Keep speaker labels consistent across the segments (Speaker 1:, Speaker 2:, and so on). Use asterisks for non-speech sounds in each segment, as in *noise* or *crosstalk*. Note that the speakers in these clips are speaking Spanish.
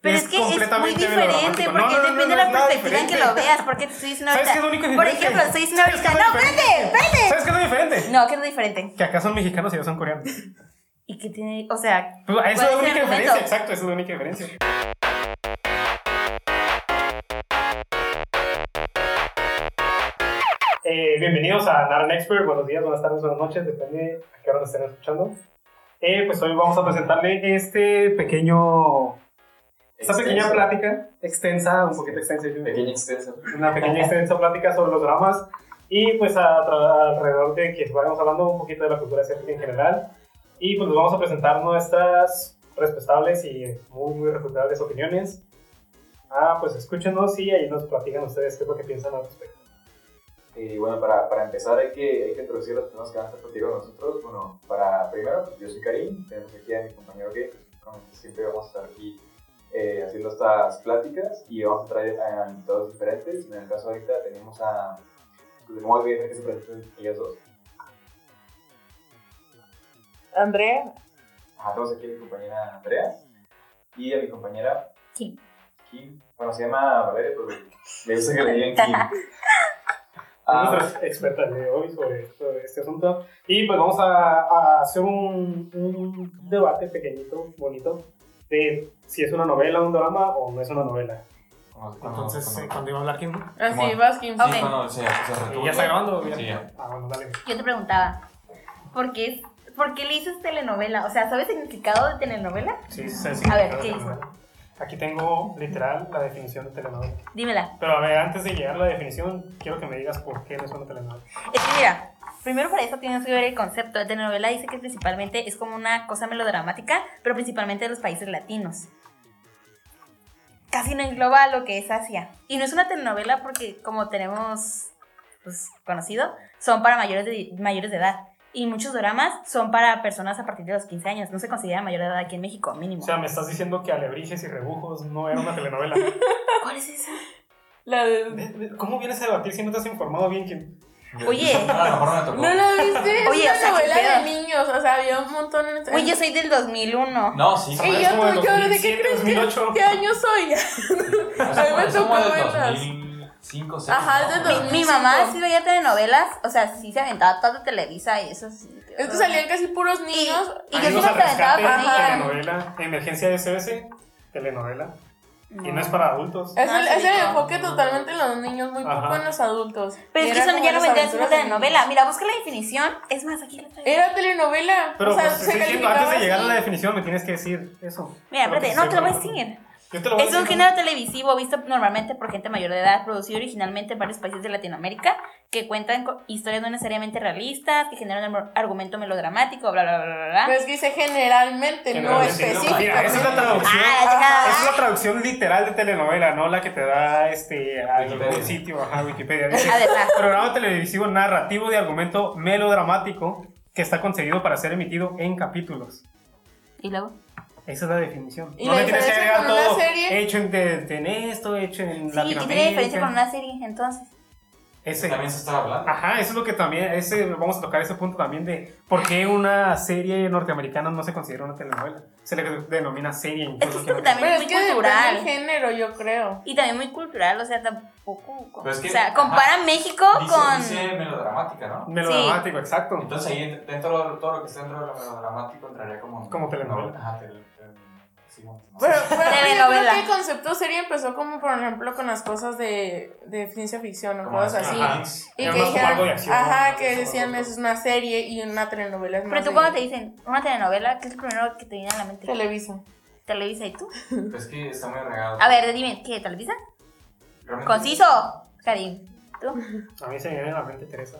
Speaker 1: Pero
Speaker 2: Es
Speaker 1: es, que es muy
Speaker 2: completamente
Speaker 1: diferente,
Speaker 2: melodramático.
Speaker 1: porque
Speaker 2: No, no, no, no,
Speaker 1: depende de
Speaker 2: no es
Speaker 1: la
Speaker 2: nada
Speaker 1: perspectiva en que
Speaker 2: diferente.
Speaker 1: lo veas. Porque te estoy diciendo
Speaker 2: ¿Sabes
Speaker 1: ahorita.
Speaker 2: qué es lo único
Speaker 1: por
Speaker 2: diferente?
Speaker 1: ejemplo, estoy diciendo
Speaker 2: ¿Sabes qué es
Speaker 1: ahorita.
Speaker 2: lo
Speaker 1: No, espérate,
Speaker 2: diferente?
Speaker 1: espérate.
Speaker 2: ¿Sabes qué es lo diferente?
Speaker 1: No, que es lo diferente.
Speaker 2: Que acá son mexicanos y ellos son coreanos.
Speaker 1: Y que tiene. O sea.
Speaker 2: Pues, esa es
Speaker 1: ¿cuál
Speaker 2: la
Speaker 1: el
Speaker 2: única
Speaker 1: argumento?
Speaker 2: diferencia, exacto, esa es la única diferencia. Eh, bienvenidos a Naran Expert, buenos días, buenas tardes, buenas noches, depende a qué hora nos estén escuchando. Eh, pues hoy vamos a presentarle este pequeño, esta pequeña
Speaker 3: Extenso.
Speaker 2: plática extensa, un poquito extensa, yo diría.
Speaker 3: Pequeña extensa.
Speaker 2: una pequeña extensa plática sobre los dramas y pues a- tra- alrededor de que vayamos hablando un poquito de la cultura asiática en general y pues les vamos a presentar nuestras respetables y muy muy respetables opiniones. Ah, pues escúchenos y ahí nos platican ustedes qué es lo que piensan al respecto.
Speaker 3: Y bueno, para, para empezar hay que, hay que introducir a las personas que van a estar contigo con nosotros. Bueno, para primero, pues, yo soy Karim, tenemos aquí a mi compañero que con el que siempre vamos a estar aquí eh, haciendo estas pláticas y vamos a traer a invitados diferentes. En el caso ahorita tenemos a... Pues, ¿Cómo voy a dejar que se presenten ellas dos?
Speaker 4: Andrea,
Speaker 3: Ajá, tenemos aquí a mi compañera Andrea y a mi compañera
Speaker 1: Kim.
Speaker 3: Kim. Bueno, se llama Valeria, pero le gusta que le digan Kim.
Speaker 2: Son
Speaker 3: Ah,
Speaker 2: Nuestras expertas de hoy sobre, sobre este asunto. Y pues vamos a, a hacer un, un debate pequeñito, bonito, de si es una novela, un drama o no es una novela.
Speaker 5: Ah,
Speaker 2: Entonces, eh, cuando iba a hablar, ¿quién?
Speaker 4: así
Speaker 5: Simón.
Speaker 4: vas, Kim.
Speaker 1: Ok.
Speaker 5: Sí, cuando se, se retuvo.
Speaker 2: Ya está grabando,
Speaker 5: Sí,
Speaker 2: bien.
Speaker 5: ya.
Speaker 2: Ah, bueno, dale.
Speaker 1: Yo te preguntaba. ¿Por qué, es- ¿Por qué le dices telenovela? O sea, ¿sabes el significado de telenovela?
Speaker 2: Sí, sí,
Speaker 1: A ver, ¿qué dice?
Speaker 2: Aquí tengo literal la definición de telenovela.
Speaker 1: Dímela.
Speaker 2: Pero a ver, antes de llegar a la definición, quiero que me digas por qué no es una telenovela.
Speaker 1: Es que Eh, mira. Primero para eso tienes que ver el concepto de telenovela. Dice que principalmente es como una cosa melodramática, pero principalmente de los países latinos. Casi no engloba lo que es Asia. Y no es una telenovela porque como tenemos pues, conocido, son para mayores de, mayores de edad. Y muchos dramas son para personas a partir de los 15 años. No se considera mayor de edad aquí en México,
Speaker 2: O
Speaker 1: mínimo.
Speaker 2: sea, me estás diciendo que Alebrijes y Rebujos no era una
Speaker 1: *laughs*
Speaker 2: telenovela.
Speaker 1: ¿Cuál es esa?
Speaker 4: La de...
Speaker 2: Ve- ve, ¿Cómo vienes a debatir si no te has informado bien quién?
Speaker 1: Oye.
Speaker 5: Ah, A lo mejor no me tocó.
Speaker 4: ¿No la viste? Es
Speaker 1: Oye,
Speaker 4: una
Speaker 1: o sea, ¿qué
Speaker 4: novela
Speaker 1: pedo?
Speaker 4: de niños, o sea, había un montón en...
Speaker 1: Uy, yo soy del 2001.
Speaker 5: No, sí.
Speaker 4: Y
Speaker 2: Es
Speaker 4: yo,
Speaker 2: como del
Speaker 4: tú, yo, ¿de
Speaker 2: 2007,
Speaker 4: qué crees que
Speaker 2: 2008.
Speaker 4: qué año
Speaker 1: *laughs*
Speaker 4: soy?
Speaker 5: O sea,
Speaker 4: A mí me
Speaker 5: somos
Speaker 4: tocó
Speaker 5: del
Speaker 4: verlas.
Speaker 5: 2005, 6.
Speaker 4: Ajá, es del 2000.
Speaker 1: Mi mamá sí veía telenovelas, o sea, sí se aventaba todas de Televisa y eso sí.
Speaker 4: es que salían casi puros niños.
Speaker 1: Y yo
Speaker 2: Amigos
Speaker 1: sí me
Speaker 2: al rescate,
Speaker 1: preguntaba por
Speaker 4: ella.
Speaker 2: telenovela, emergencia de SBS, telenovela. Y no es para adultos.
Speaker 4: Es el,
Speaker 1: Ah, sí,
Speaker 4: es el
Speaker 1: no.
Speaker 4: enfoque totalmente en los niños, muy poco
Speaker 2: Ajá.
Speaker 4: en los adultos.
Speaker 1: Pero
Speaker 4: Y
Speaker 1: es que
Speaker 4: era
Speaker 1: eso no-
Speaker 4: como
Speaker 1: ya no
Speaker 4: las
Speaker 1: vendría siendo
Speaker 4: aventuras de
Speaker 1: telenovela.
Speaker 4: niños.
Speaker 1: Mira, busca la definición. Es más, aquí la traigo.
Speaker 4: Era telenovela.
Speaker 2: Pero
Speaker 4: o sea,
Speaker 2: pues, te
Speaker 4: se
Speaker 2: estoy diciendo, antes de
Speaker 4: calificaba
Speaker 2: llegar a la
Speaker 4: así.
Speaker 2: definición me tienes que decir eso.
Speaker 1: Mira,
Speaker 2: Lo que
Speaker 1: espérate, no te lo voy a
Speaker 2: estoy
Speaker 1: decir.
Speaker 2: Yo te lo voy a
Speaker 1: Es un
Speaker 2: decir.
Speaker 1: género televisivo visto normalmente por gente mayor de edad, producido originalmente en varios países de Latinoamérica, que cuentan con historias no necesariamente realistas, que generan un argumento melodramático, bla, bla, bla, bla, bla.
Speaker 4: Pero es que dice generalmente, no
Speaker 2: Generalmente, no, *laughs*
Speaker 4: específico.
Speaker 2: Mira, esa es la traducción.
Speaker 1: Ah,
Speaker 2: Es la traducción literal de telenovela, no la que te da este algún
Speaker 5: Wikipedia.
Speaker 2: sitio, ajá, Wikipedia.
Speaker 1: ya, A
Speaker 2: Dice,
Speaker 1: ver, va.
Speaker 2: programa televisivo narrativo de argumento melodramático que está concebido para ser emitido en capítulos.
Speaker 1: Y luego.
Speaker 2: Esa es la definición.
Speaker 4: ¿Y
Speaker 2: no
Speaker 4: la
Speaker 2: le tienes que
Speaker 4: diferencia
Speaker 2: agregar
Speaker 4: con una
Speaker 2: todo.
Speaker 4: serie?
Speaker 2: Hecho en, de- en esto, hecho en
Speaker 1: Sí, ¿y
Speaker 2: Latinoamérica.
Speaker 1: qué tiene diferencia con una serie entonces?
Speaker 2: Ese-
Speaker 5: También se estaba hablando.
Speaker 2: Ajá, eso es lo que también, ese, vamos a tocar ese punto también de por qué una serie norteamericana no se considera una telenovela. Se le denomina serie
Speaker 1: Es que
Speaker 2: incluso.
Speaker 1: es *laughs*
Speaker 2: aquí en
Speaker 1: también es
Speaker 4: Pero es
Speaker 1: muy
Speaker 4: que depende
Speaker 1: cultural.
Speaker 4: del género, yo creo.
Speaker 1: Y también muy cultural, o sea, tampoco.
Speaker 5: Pero es que-
Speaker 1: o sea, compara
Speaker 5: ajá.
Speaker 1: México
Speaker 5: Dice,
Speaker 1: con.
Speaker 5: dice melodramática, ¿no?
Speaker 2: Melodramático, exacto.
Speaker 5: Entonces ahí dentro- dentro de todo lo que está dentro de lo melodramático entraría como.
Speaker 2: Como telenovela.
Speaker 5: Ajá, tel- tel- sí, bueno, no
Speaker 1: *laughs*
Speaker 4: Pero,
Speaker 5: sé.
Speaker 4: pero yo creo
Speaker 1: Telenovela.
Speaker 4: que el concepto serie empezó como, por ejemplo, con las cosas de, de ciencia ficción o
Speaker 5: Como
Speaker 4: cosas
Speaker 5: las
Speaker 4: así.
Speaker 5: Ajá.
Speaker 4: Y
Speaker 2: Era
Speaker 4: que
Speaker 2: más como algo
Speaker 4: dijeron,
Speaker 2: de acción,
Speaker 4: ajá,
Speaker 2: ¿no?
Speaker 4: que
Speaker 2: Eso,
Speaker 4: decían,
Speaker 2: ¿no?
Speaker 4: eso es una serie y una telenovela es más
Speaker 1: Pero tú,
Speaker 4: de
Speaker 1: cuando te dicen una telenovela, ¿qué es lo primero que te viene a la mente?
Speaker 4: Televisa.
Speaker 1: Televisa y tú.
Speaker 5: Pero es que está muy regado.
Speaker 1: A ver, dime, ¿qué? ¿Televisa?
Speaker 5: Realmente-
Speaker 1: Conciso, Karim.
Speaker 2: A mí se me viene a la mente Teresa.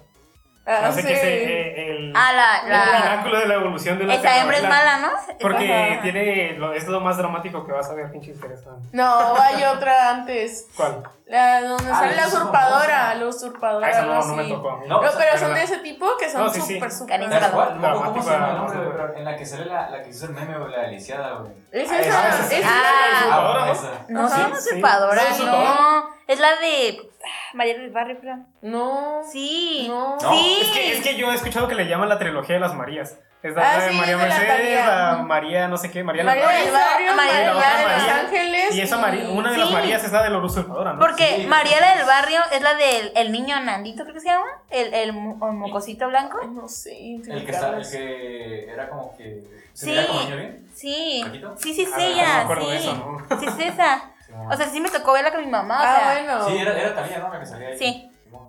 Speaker 4: Ah,
Speaker 2: Hace
Speaker 4: sí.
Speaker 2: que es eh, el, el,
Speaker 1: Ah, la.
Speaker 2: el
Speaker 1: la
Speaker 2: pináculo de la evolución de la
Speaker 1: esa hembra es
Speaker 2: telenovela.
Speaker 1: mala, ¿no?
Speaker 2: Porque
Speaker 1: Ajá.
Speaker 2: tiene lo- es lo más dramático que vas a ver, pinche Teresa.
Speaker 4: No, hay otra antes.
Speaker 2: ¿Cuál?
Speaker 4: La donde
Speaker 5: Ah,
Speaker 4: sale la
Speaker 5: es famosa.
Speaker 4: usurpadora, la
Speaker 2: Ah,
Speaker 4: usurpadora.
Speaker 2: esa
Speaker 4: algo
Speaker 2: no, no me
Speaker 4: así.
Speaker 2: tocó a mí.
Speaker 5: No,
Speaker 4: No, pero son
Speaker 2: Pero-
Speaker 4: de ese tipo que
Speaker 2: No,
Speaker 4: son
Speaker 2: sí, sí.
Speaker 4: súper,
Speaker 1: Cariño.
Speaker 4: súper.
Speaker 5: ¿Sabes cuál?
Speaker 2: La
Speaker 5: ¿Cómo, cómo se llama el
Speaker 2: dramática,
Speaker 5: nombre,
Speaker 2: la-
Speaker 5: pero En la que sale la, la que hizo el meme o la deliciada, güey.
Speaker 4: Es
Speaker 2: Ah,
Speaker 4: esa,
Speaker 2: esa
Speaker 4: es
Speaker 2: es-
Speaker 1: Ah,
Speaker 2: Ah, bueno,
Speaker 5: bueno, esa.
Speaker 1: No,
Speaker 4: Ajá.
Speaker 1: son
Speaker 2: Sí, sí.
Speaker 1: usurpadora,
Speaker 2: ¿No es usurpadora?
Speaker 1: no. Es la de. ah, María del Barrio, pero-
Speaker 4: No.
Speaker 1: Sí.
Speaker 4: No.
Speaker 5: No,
Speaker 1: Sí.
Speaker 2: Es que, es que yo he escuchado que le llaman la trilogía de las Marías. Es la
Speaker 4: Ah,
Speaker 2: de
Speaker 4: sí,
Speaker 2: María
Speaker 4: es de la
Speaker 2: Mercedes,
Speaker 4: María.
Speaker 2: la María no sé qué, María la
Speaker 4: María del
Speaker 1: María- María
Speaker 4: Barrio, María
Speaker 1: del
Speaker 4: de
Speaker 2: Barrio.
Speaker 4: Los Ángeles,
Speaker 2: Y esa María, una de las
Speaker 1: Sí.
Speaker 2: Marías es la de la usurpadora, ¿no?
Speaker 1: Porque
Speaker 5: Sí.
Speaker 1: Mariela del Barrio es la del el niño Nandito, creo que se llama. El, el mo- el mocosito blanco.
Speaker 4: Ay, No sé.
Speaker 5: El que, está, el
Speaker 4: identificarlas.
Speaker 5: que era como que. ¿Se
Speaker 1: Sí.
Speaker 5: veía como niño bien?
Speaker 1: Sí.
Speaker 5: ¿Paquito?
Speaker 1: Sí, sí, es
Speaker 5: Ah, no,
Speaker 2: No me
Speaker 1: ella.
Speaker 2: acuerdo de
Speaker 1: Sí,
Speaker 2: eso, ¿no?
Speaker 1: sí, es esa.
Speaker 5: Simón.
Speaker 1: O sea, sí me tocó verla con mi mamá. O
Speaker 4: Ah,
Speaker 1: sea,
Speaker 4: bueno.
Speaker 5: sí, era, era Talía, ¿no? La que salía ahí.
Speaker 1: Sí.
Speaker 5: Simón.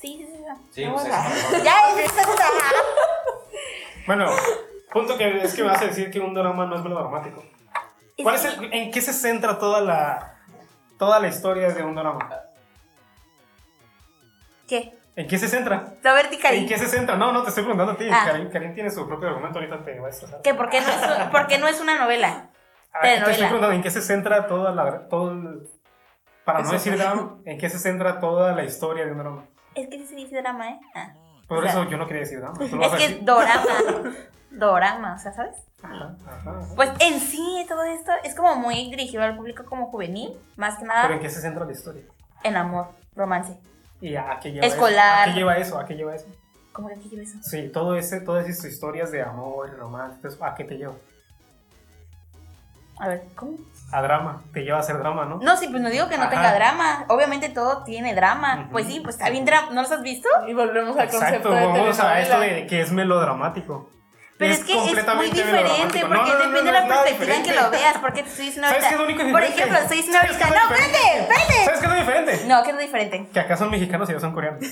Speaker 1: Sí, sí, sí. esa.
Speaker 5: Sí, pues
Speaker 4: Hola.
Speaker 1: *laughs*
Speaker 5: es
Speaker 1: Ya es esa.
Speaker 2: Bueno, punto que es que me vas a decir que un drama no es melodramático. *laughs* ¿Cuál es el- ¿En qué se centra toda la, toda la historia de un drama?
Speaker 1: ¿Qué?
Speaker 2: ¿En qué se centra?
Speaker 1: La vertical.
Speaker 2: ¿En qué se centra? No, no, te estoy preguntando a ti.
Speaker 1: Ah.
Speaker 2: Karim, Karim tiene su propio argumento, ahorita te vas a sacar.
Speaker 1: ¿Qué? ¿Por qué no es, por qué no es una novela?
Speaker 2: Ah,
Speaker 1: Pero
Speaker 2: te estoy
Speaker 1: novela.
Speaker 2: preguntando en qué se centra toda la. Todo el- para no
Speaker 4: Eso.
Speaker 2: decir drama, ¿en qué se centra toda la historia de un drama?
Speaker 1: Es que sí se dice drama, ¿eh? Ah.
Speaker 2: Por
Speaker 1: O sea,
Speaker 2: eso yo no quería decir drama. tú lo
Speaker 1: Es
Speaker 2: vas a
Speaker 1: que
Speaker 2: decir.
Speaker 1: es dorama.
Speaker 2: *laughs*
Speaker 1: Dorama, o sea, ¿sabes?
Speaker 2: Ajá, ajá.
Speaker 1: Pues en sí, todo esto es como muy dirigido al público como juvenil, más que
Speaker 2: Pero
Speaker 1: nada
Speaker 2: en qué se centra la historia.
Speaker 1: en amor, romance.
Speaker 2: ¿Y a qué lleva
Speaker 1: Escolar.
Speaker 2: eso? ¿A qué lleva eso? ¿A qué lleva eso?
Speaker 1: ¿Cómo que aquí lleva eso?
Speaker 2: Sí, todo ese, todas esas historias de amor, romance, todo eso, ¿a qué te lleva?
Speaker 1: A ver, ¿cómo?
Speaker 2: A drama, te lleva a hacer drama, ¿no?
Speaker 1: No, sí, pues no digo que no
Speaker 2: Ajá.
Speaker 1: tenga drama. Obviamente todo tiene drama.
Speaker 2: Ujú.
Speaker 1: Pues sí, pues está bien drama. ¿No los has visto?
Speaker 4: Y volvemos *laughs* al
Speaker 2: Exacto,
Speaker 4: concepto de
Speaker 2: vamos a
Speaker 4: telenovela.
Speaker 2: esto de que es melodramático.
Speaker 1: Pero es, que es muy
Speaker 2: completamente
Speaker 1: diferente,
Speaker 2: melodramático. No, no, no,
Speaker 1: porque
Speaker 2: no,
Speaker 1: depende de
Speaker 2: no
Speaker 1: la
Speaker 2: es nada
Speaker 1: perspectiva en que lo
Speaker 2: diferente.
Speaker 1: veas. Porque te estoy diciendo
Speaker 2: ¿Sabes
Speaker 1: ahorita.
Speaker 2: qué es lo único
Speaker 1: Por
Speaker 2: diferente?
Speaker 1: ejemplo, estoy diciendo
Speaker 2: ¿Sabes
Speaker 1: ahorita.
Speaker 2: qué es lo
Speaker 1: ¡No, espérate! ¡Espérate!
Speaker 2: ¿Sabes qué es lo diferente?
Speaker 1: No, que es lo diferente.
Speaker 2: Que acá son mexicanos y ellos son coreanos.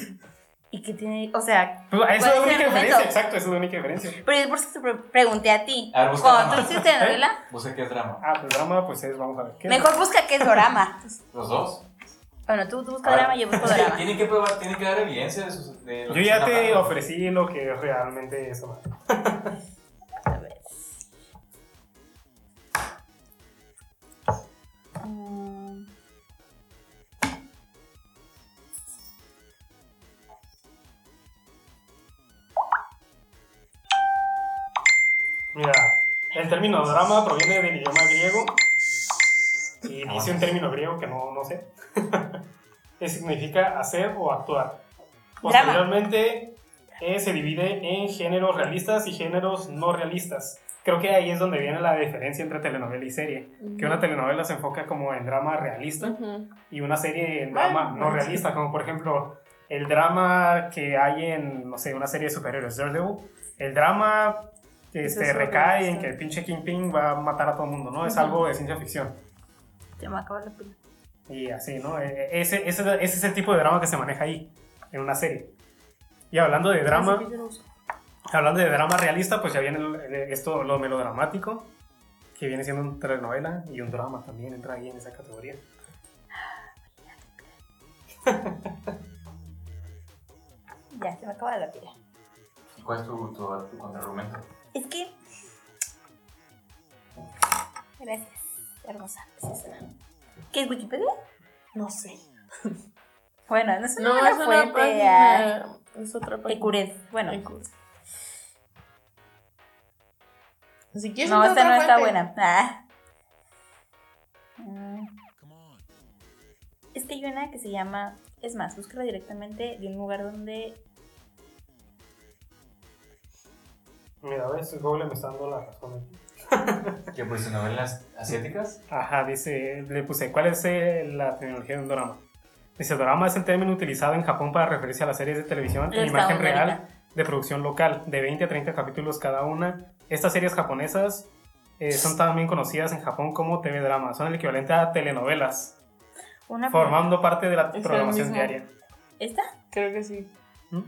Speaker 1: ¿Y qué tiene? O sea,
Speaker 2: Pues, esa es
Speaker 1: ¿Cuál
Speaker 2: la única
Speaker 1: es el argumento?
Speaker 2: diferencia, exacto, esa es la única diferencia.
Speaker 1: pero es por eso te pre- pregunté a ti.
Speaker 5: A ver, busca
Speaker 1: Cuando tú
Speaker 5: drama.
Speaker 1: hiciste la novela,
Speaker 5: Busqué qué es drama.
Speaker 2: Ah, pues drama, pues es, vamos a ver. ¿Eh? ¿qué?
Speaker 1: mejor busca qué es
Speaker 2: *laughs*
Speaker 1: drama.
Speaker 5: Los dos.
Speaker 1: Bueno, tú, tú busca
Speaker 5: A ver.
Speaker 1: drama, yo busco
Speaker 5: Es que
Speaker 1: drama.
Speaker 5: tienen que probar, tienen que dar evidencia de, sus, de
Speaker 2: Yo
Speaker 5: lo que
Speaker 2: ya
Speaker 5: están
Speaker 2: te
Speaker 5: hablando.
Speaker 2: ofrecí lo que realmente es amar.
Speaker 1: A ver. Mm.
Speaker 2: Mira, el término drama proviene del idioma griego y dice un término griego que no, no sé. *laughs* que significa hacer o actuar.
Speaker 1: Drama.
Speaker 2: Posteriormente eh, se divide en géneros realistas y géneros no realistas. Creo que ahí es donde viene la diferencia entre telenovela y serie. Que una telenovela se enfoca como en drama realista
Speaker 4: Ujú.
Speaker 2: y una serie en
Speaker 4: Bueno,
Speaker 2: drama no
Speaker 4: bueno,
Speaker 2: realista, como por ejemplo el drama que hay en, no sé, una serie de superhéroes, Daredevil. El drama
Speaker 4: Eso
Speaker 2: este,
Speaker 4: es
Speaker 2: recae en
Speaker 4: realista.
Speaker 2: que el pinche Kingpin va a matar a todo el mundo, ¿no? Es
Speaker 4: Ujú.
Speaker 2: algo de ciencia ficción.
Speaker 1: Se me acabó la pila.
Speaker 2: Y así, ¿no? E- e- Ese, ese, ese es el tipo de drama que se maneja ahí, en una serie. Y hablando de drama, hablando de drama realista, pues ya viene el- el- esto, lo melodramático, que viene siendo una telenovela y un drama también entra ahí en esa categoría.
Speaker 1: Ya, se me acaba la pila.
Speaker 5: ¿Y ¿Cuál es tu, tu, tu contraargumento?
Speaker 1: Es que. Gracias, hermosa. preciosa. ¿Qué es Wikipedia?
Speaker 4: No sé.
Speaker 1: Bueno, no es una
Speaker 4: No,
Speaker 1: buena
Speaker 4: es una
Speaker 1: fuente. ah,
Speaker 4: página. Es otra página.
Speaker 1: Ecurez. Bueno,
Speaker 4: Ecure. Si quieres
Speaker 1: no,
Speaker 4: otra
Speaker 1: esta no está
Speaker 4: fuente.
Speaker 1: buena. Ah. Mm. Es que hay una que se llama. Es más, búscala directamente de un lugar donde.
Speaker 2: Mira, ves, Google me está dando la razón ¿eh? aquí.
Speaker 5: ¿Que pues novelas asiáticas?
Speaker 2: Ajá, dice, le puse, ¿cuál es eh, la terminología de un drama? Dice, drama es el término utilizado en Japón para referirse a las series de televisión en
Speaker 1: Estados
Speaker 2: imagen
Speaker 1: Unidos.
Speaker 2: real de producción local, de 20 a 30 capítulos cada una. Estas series japonesas eh, son también conocidas en Japón como TV drama, son el equivalente a telenovelas,
Speaker 1: Una
Speaker 2: formando parte de la
Speaker 4: Es el
Speaker 2: programación
Speaker 4: mismo.
Speaker 2: diaria.
Speaker 1: ¿Esta?
Speaker 4: Creo que sí.
Speaker 2: ¿Mm?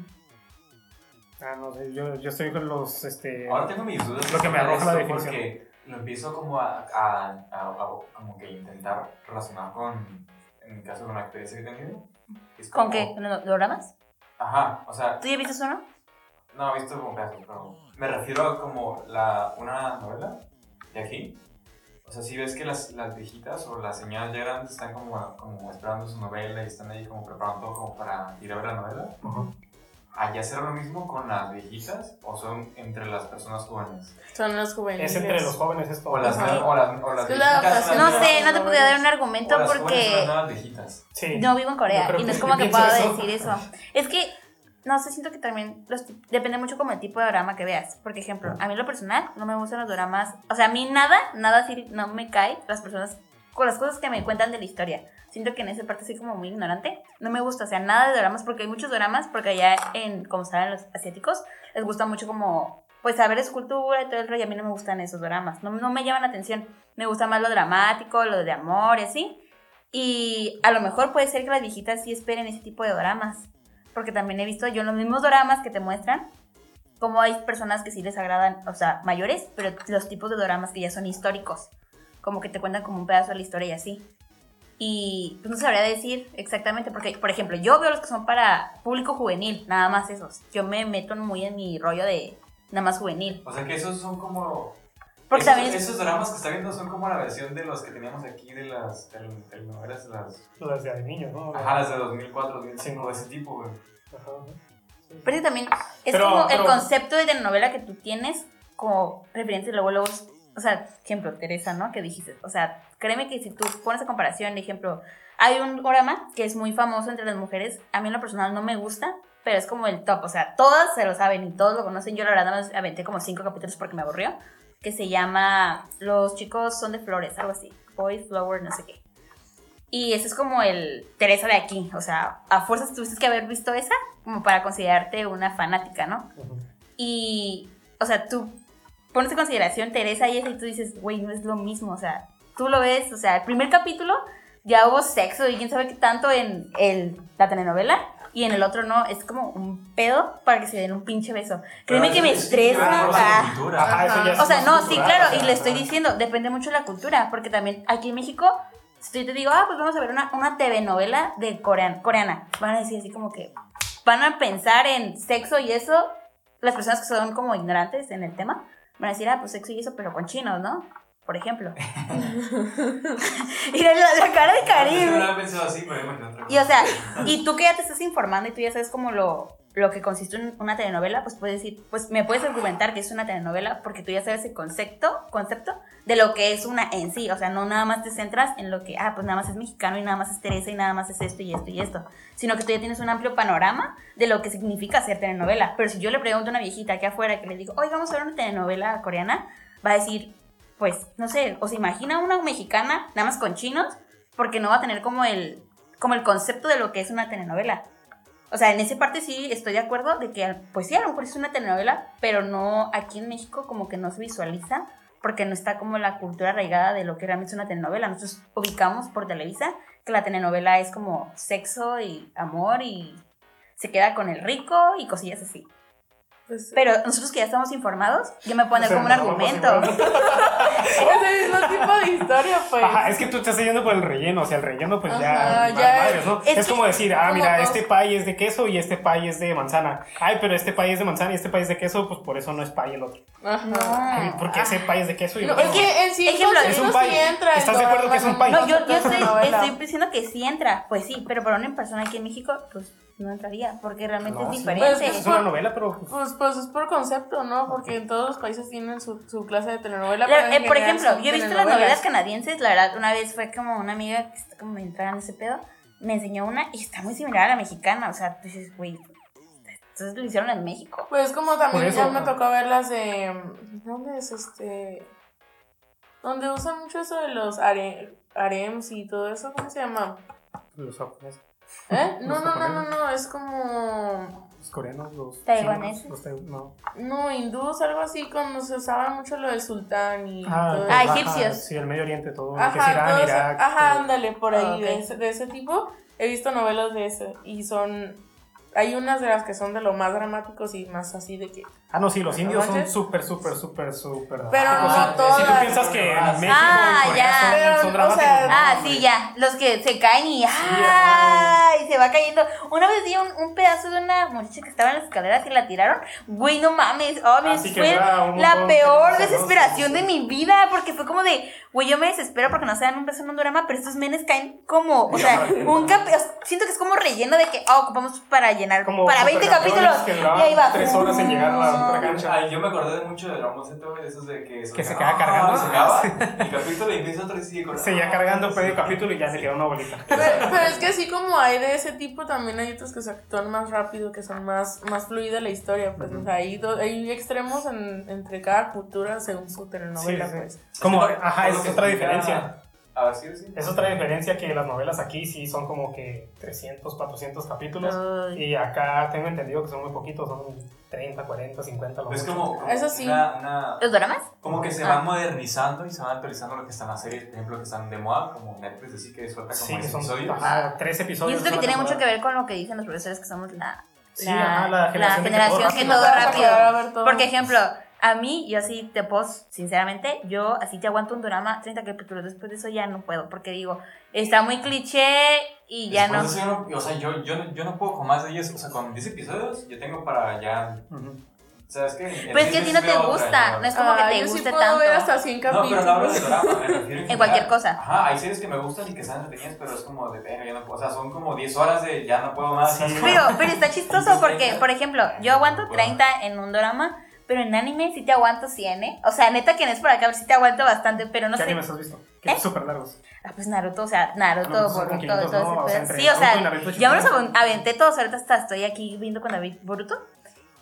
Speaker 2: Ah, no sé, yo, yo estoy con los, este...
Speaker 5: Ahora tengo mis dudas.
Speaker 2: Lo que me
Speaker 5: sobre
Speaker 2: arroja la
Speaker 5: esto
Speaker 2: definición.
Speaker 5: Porque lo empiezo como a, a, a- a- como que intentar relacionar con, en mi caso, con la experiencia que he tenido. Es
Speaker 1: ¿Con
Speaker 5: como-
Speaker 1: qué? ¿No- no- ¿Doramas?
Speaker 5: Ajá, o sea,
Speaker 1: ¿Tú ya viste uno?
Speaker 5: no he visto como casos, pero me refiero a como la, una novela de aquí. O sea, si ves que las, las viejitas o las señoras ya grandes están como, como esperando su novela y están ahí como preparando todo como para ir a ver la novela.
Speaker 2: Ujú.
Speaker 5: ¿Allá será lo mismo con las viejitas o son entre las personas jóvenes?
Speaker 4: Son los juveniles.
Speaker 2: Es entre los jóvenes esto.
Speaker 5: O las,
Speaker 4: Ajá.
Speaker 5: o las, o las
Speaker 4: Es que la
Speaker 5: viejitas son las
Speaker 4: adaptación
Speaker 1: No
Speaker 4: no,
Speaker 5: nuevas-
Speaker 1: sé, no te
Speaker 4: no,
Speaker 1: podría dar
Speaker 4: no.
Speaker 1: un argumento
Speaker 5: o las jóvenes son las
Speaker 1: porque.
Speaker 5: nuevas viejitas.
Speaker 2: Sí.
Speaker 1: No vivo en
Speaker 2: Yo
Speaker 1: Corea
Speaker 2: creo
Speaker 1: y no es
Speaker 2: que
Speaker 1: como que
Speaker 2: pienso
Speaker 1: pueda
Speaker 2: eso.
Speaker 1: decir eso. Es que, no sé, siento que también los tip- depende mucho como el tipo de drama que veas. Por ejemplo, a mí en lo personal no me gustan los dramas. O sea, a mí nada, nada así no me cae las personas con las cosas que me cuentan de la historia. Siento que en esa parte soy como muy ignorante. No me gusta, o sea, nada de dramas, porque hay muchos dramas, porque allá en, como saben los asiáticos, les gusta mucho como, pues, saber es cultura y todo el rollo. Y a mí no me gustan esos dramas, no, no me llaman la atención. Me gusta más lo dramático, lo de amor y así. Y a lo mejor puede ser que las viejitas sí esperen ese tipo de dramas. Porque también he visto yo en los mismos dramas que te muestran, como hay personas que sí les agradan, o sea, mayores, pero los tipos de dramas que ya son históricos. Como que te cuentan como un pedazo de la historia y así. Y pues, no sabría decir exactamente, porque, por ejemplo, yo veo los que son para público juvenil, nada más esos. Yo me meto muy en mi rollo de nada más juvenil.
Speaker 5: O sea que esos son como.
Speaker 1: Porque
Speaker 5: esos,
Speaker 1: también es-
Speaker 5: esos dramas que está viendo son como la versión de los que teníamos aquí de las de las telenovelas, las.
Speaker 2: Las de niños, ¿no?
Speaker 5: Ajá, las de 2004, 2005, de
Speaker 2: Sí.
Speaker 5: ese tipo, güey.
Speaker 2: Ajá.
Speaker 1: Pero sí, también es
Speaker 2: Pero-
Speaker 1: como el
Speaker 2: pero-
Speaker 1: concepto de telenovela que tú tienes como referencia y luego, luego, o sea, ejemplo, Teresa, ¿no? Que dijiste, o sea, créeme que si tú pones a comparación, ejemplo, hay un programa que es muy famoso entre las mujeres, a mí en lo personal no me gusta, pero es como el top, o sea, todas se lo saben y todos lo conocen, yo la verdad nada más aventé como cinco capítulos porque me aburrió, que se llama Los chicos son de flores, algo así, Boys, Flower, no sé qué. Y ese es como el Teresa de aquí, o sea, a fuerzas tuviste que haber visto esa como para considerarte una fanática, ¿no?
Speaker 2: Ujú.
Speaker 1: Y, o sea, tú pones en consideración Teresa y esa y tú dices, güey, no es lo mismo, o sea, tú lo ves, o sea, el primer capítulo ya hubo sexo y quién sabe qué tanto en el, la telenovela y en el otro no, es como un pedo para que se den un pinche beso. Créeme que me
Speaker 5: Pero es- es
Speaker 1: estresa.
Speaker 5: una cosa de
Speaker 1: ah.
Speaker 5: cultura.
Speaker 2: Ajá, eso ya
Speaker 4: Ajá.
Speaker 2: es
Speaker 1: O sea,
Speaker 2: más
Speaker 1: no, sí,
Speaker 2: cultural, o
Speaker 1: claro,
Speaker 2: sea,
Speaker 1: y le estoy
Speaker 2: ajá.
Speaker 1: diciendo, depende mucho de la cultura, porque también aquí en México, si yo te digo, ah, pues vamos a ver una, una TV novela de corean- coreana, van a decir así como que, van a pensar en sexo y eso, las personas que son como ignorantes en el tema, van a decir, ah, pues sexo y eso, pero con chinos, ¿no?
Speaker 2: *laughs*
Speaker 1: Por ejemplo. *laughs* y la, la cara de
Speaker 5: Yo no lo
Speaker 1: Karim.
Speaker 5: había pensado así, pero yo me otra cosa.
Speaker 1: Y o sea, y tú que ya te estás informando y tú ya sabes como lo, lo que consiste en una telenovela, pues puedes decir, pues me puedes argumentar que es una telenovela porque tú ya sabes el concepto, concepto de lo que es una en sí. O sea, no nada más te centras en lo que, ah, pues nada más es mexicano y nada más es Teresa y nada más es esto y esto y esto. Sino que tú ya tienes un amplio panorama de lo que significa hacer telenovela. Pero si yo le pregunto a una viejita aquí afuera que le digo, oye, vamos a ver una telenovela coreana, va a decir, pues, no sé, o se imagina una mexicana nada más con chinos, porque no va a tener como el, como el concepto de lo que es una telenovela. O sea, en esa parte sí estoy de acuerdo de que, pues sí, a lo mejor es una telenovela, pero no aquí en México como que no se visualiza porque no está como la cultura arraigada de lo que realmente es una telenovela. Nosotros ubicamos por Televisa que la telenovela es como sexo y amor y se queda con el rico y cosillas así. *laughs*
Speaker 4: Pues,
Speaker 1: Pero nosotros que ya estamos informados, yo me puedo
Speaker 2: O
Speaker 1: dar
Speaker 2: sea,
Speaker 1: como un
Speaker 2: no, pues,
Speaker 1: argumento.
Speaker 4: es el mismo tipo de historia, pues.
Speaker 2: Ajá, es que tú estás yendo por el relleno, o sea, el relleno pues ya,
Speaker 4: Ajá, ya
Speaker 2: madres, ¿no?
Speaker 1: es
Speaker 2: Es,
Speaker 1: que-
Speaker 2: como decir, ah,
Speaker 4: como
Speaker 2: mira,
Speaker 4: todo.
Speaker 2: este pay es de queso y este pay es de manzana. Ay, pero este pay es de manzana y este pay es de queso, pues por eso no es pay el otro.
Speaker 4: Ajá.
Speaker 1: No.
Speaker 2: Porque ese pay es de queso y el
Speaker 4: No,
Speaker 2: otro
Speaker 4: es
Speaker 2: no?
Speaker 4: Ah. que en sí,
Speaker 1: Ejemplo,
Speaker 4: entonces,
Speaker 1: es
Speaker 2: un
Speaker 4: no
Speaker 2: país.
Speaker 4: sí entra el
Speaker 2: ¿Estás de acuerdo
Speaker 4: programa,
Speaker 2: que es un país?
Speaker 1: No, yo, yo
Speaker 4: concepto de
Speaker 1: estoy,
Speaker 4: novela.
Speaker 1: estoy diciendo que sí entra, pues sí, pero para una persona aquí en México, pues no entraría, porque realmente
Speaker 2: No, sí.
Speaker 1: es diferente.
Speaker 4: Pues,
Speaker 2: Es una novela, pero pues,
Speaker 4: Pues, pues es por concepto, ¿no? Porque en todos los países tienen su, su clase de
Speaker 1: La-
Speaker 4: telenovela. pero en
Speaker 1: eh, por
Speaker 4: general
Speaker 1: ejemplo,
Speaker 4: son
Speaker 1: yo he visto las
Speaker 4: telenovelas.
Speaker 1: novelas canadienses, la verdad, una vez fue como una amiga que está como entrada en ese pedo, me enseñó una y está muy similar a la mexicana, o sea, tú dices, güey, entonces lo hicieron en México.
Speaker 4: Pues como también
Speaker 2: Por eso,
Speaker 4: ya me
Speaker 2: ¿no?
Speaker 4: tocó ver las de... ¿Dónde es este...? Donde usan mucho eso de los are- harems y todo eso, ¿cómo se llama?
Speaker 2: los japoneses,
Speaker 4: ¿Eh? No,
Speaker 2: Los
Speaker 4: no, no, no,
Speaker 2: japoneses.
Speaker 4: no, es como...
Speaker 2: los coreanos, los
Speaker 1: Taiwaneses.
Speaker 2: chinos, los tai- no.
Speaker 4: No, hindús, algo así, cuando se usaba mucho lo del sultán y todo
Speaker 1: Ah,
Speaker 4: eso.
Speaker 1: egipcios.
Speaker 2: pues, Sí, el Medio Oriente, todo. que es
Speaker 4: Ajá,
Speaker 2: Irán,
Speaker 4: todos-
Speaker 2: Irak,
Speaker 4: ajá,
Speaker 2: todo.
Speaker 4: ándale, por ahí,
Speaker 1: Ah, ok.
Speaker 4: de, ese, de ese tipo. He visto novelas de ese y son... Hay unas de las que son de lo más dramáticos y más así de que...
Speaker 2: Ah, no, sí, los indios son
Speaker 4: manches?
Speaker 2: súper, súper, súper, súper.
Speaker 4: Pero
Speaker 2: Ah,
Speaker 4: no
Speaker 2: sí. Si tú
Speaker 4: todas.
Speaker 2: piensas que en México
Speaker 1: Ah,
Speaker 2: y Corea
Speaker 1: ya.
Speaker 2: son- son,
Speaker 4: Pero, o sea,
Speaker 2: dramáticos, no,
Speaker 1: Ah,
Speaker 2: hombre.
Speaker 1: sí, ya. Los que se caen y ¡ay! Se va cayendo. Una vez di un, un pedazo de una muchacha que estaba en las escaleras y la tiraron. Güey, no mames. Oh, me
Speaker 2: Así Ah, que
Speaker 1: fue
Speaker 2: era un
Speaker 1: la
Speaker 2: montón
Speaker 1: peor
Speaker 2: de-
Speaker 1: desesperación de mi vida. Porque fue como de, güey, yo me desespero porque no se dan un beso en un drama, pero estos menes caen como, o sea, un cap Siento que es como relleno de que, ah, ocupamos para llenar,
Speaker 2: Como
Speaker 1: para 20
Speaker 2: supercampeones
Speaker 1: capítulos.
Speaker 2: que
Speaker 1: y
Speaker 2: duraban
Speaker 1: ahí va.
Speaker 2: tres horas en llegar a la
Speaker 1: No.
Speaker 2: otra cancha.
Speaker 5: Ay, yo me acordé de mucho de Dragon Z, güey, esos de que...
Speaker 2: Que se queda cargando.
Speaker 5: Ah,
Speaker 2: *laughs*
Speaker 5: Se acaba, el capítulo y empieza otro y sigue con...
Speaker 2: Seguía cargando el
Speaker 5: Sí.
Speaker 2: medio capítulo y ya se quedó una bolita.
Speaker 4: Pero, pero es que así como hay de ese tipo, también hay otros que se actúan más rápido, que son más, más fluida la historia. Pues, o sea, hay, do- hay extremos en- entre cada cultura según su telenovela,
Speaker 2: Sí, sí.
Speaker 4: pues.
Speaker 2: Como,
Speaker 5: Es que lo-
Speaker 2: ajá,
Speaker 5: lo
Speaker 2: esa es
Speaker 5: que
Speaker 2: otra
Speaker 5: explica-
Speaker 2: diferencia.
Speaker 5: Ahora sí, sí.
Speaker 2: Es otra diferencia que las novelas aquí sí son como que 300, 400 capítulos.
Speaker 1: Ay,
Speaker 2: Y acá tengo entendido que son muy poquitos, son 30, 40, 50. Lo
Speaker 5: Es
Speaker 2: mucho.
Speaker 5: como, como
Speaker 4: Eso sí.
Speaker 5: una- una-
Speaker 1: ¿Los dramas?
Speaker 5: como que se
Speaker 1: Ah.
Speaker 5: van modernizando y se van actualizando lo que están las series, por ejemplo, que están de moda, como Netflix, así que suelta como
Speaker 2: Sí, que
Speaker 5: esos
Speaker 2: son
Speaker 5: episodios.
Speaker 2: ajá, tres
Speaker 1: Yo
Speaker 2: episodios.
Speaker 1: siento que
Speaker 2: una
Speaker 1: tiene mucho que
Speaker 2: temporada.
Speaker 1: ver con lo que dicen los profesores que somos la,
Speaker 2: Sí, ajá, la generación,
Speaker 1: generación que
Speaker 2: que
Speaker 1: todo
Speaker 2: todo rápido.
Speaker 1: rápido. Porque,
Speaker 4: ejemplo
Speaker 1: ejemplo, a mí, yo así te puedo, sinceramente, yo así te aguanto un drama 30 capítulos. Después de eso ya no puedo, porque digo, está muy cliché y ya no.
Speaker 5: Después de eso yo no- o sea, yo, yo, no- yo no puedo con más de 10, o sea, con 10 episodios yo tengo para ya,
Speaker 2: Ujú.
Speaker 5: ¿sabes qué? En
Speaker 1: Pero Pues es que a
Speaker 5: 10
Speaker 1: ti no te
Speaker 5: veo otra,
Speaker 1: gusta,
Speaker 5: ya.
Speaker 1: no es como que
Speaker 4: Ah,
Speaker 1: te
Speaker 4: yo sí
Speaker 1: guste
Speaker 4: puedo ver
Speaker 1: tanto.
Speaker 4: hasta 100
Speaker 5: No,
Speaker 4: capítulos.
Speaker 5: pero no hablo de drama, me refiero
Speaker 1: *laughs* En cualquier
Speaker 5: general.
Speaker 1: cosa.
Speaker 5: Ajá, hay series que me gustan y que están entretenidas, pero es como de, verga, ya no puedo, o sea, son como 10 horas de ya no puedo más.
Speaker 2: Sí.
Speaker 5: ¿sabes?
Speaker 1: Pero, pero está chistoso porque, por ejemplo, yo aguanto 30 en un drama, pero en anime sí te aguanto 100, ¿eh? O sea, neta que no es por acá, sí te aguanto bastante, pero no
Speaker 2: ¿Qué
Speaker 1: sé.
Speaker 2: animes has visto? Que
Speaker 1: ¿Eh?
Speaker 2: súper largos.
Speaker 1: Ah, pues Naruto, o sea, Naruto,
Speaker 2: Naruto son
Speaker 1: Boruto,
Speaker 2: como 500,
Speaker 1: todo
Speaker 2: ¿no?
Speaker 1: ese
Speaker 2: O sea,
Speaker 1: pedo.
Speaker 2: entre
Speaker 1: Sí, o sea,
Speaker 2: Naruto y Naruto
Speaker 1: ya me los
Speaker 2: Shippuden.
Speaker 1: avent- aventé todos, ahorita hasta estoy aquí viendo con David Boruto.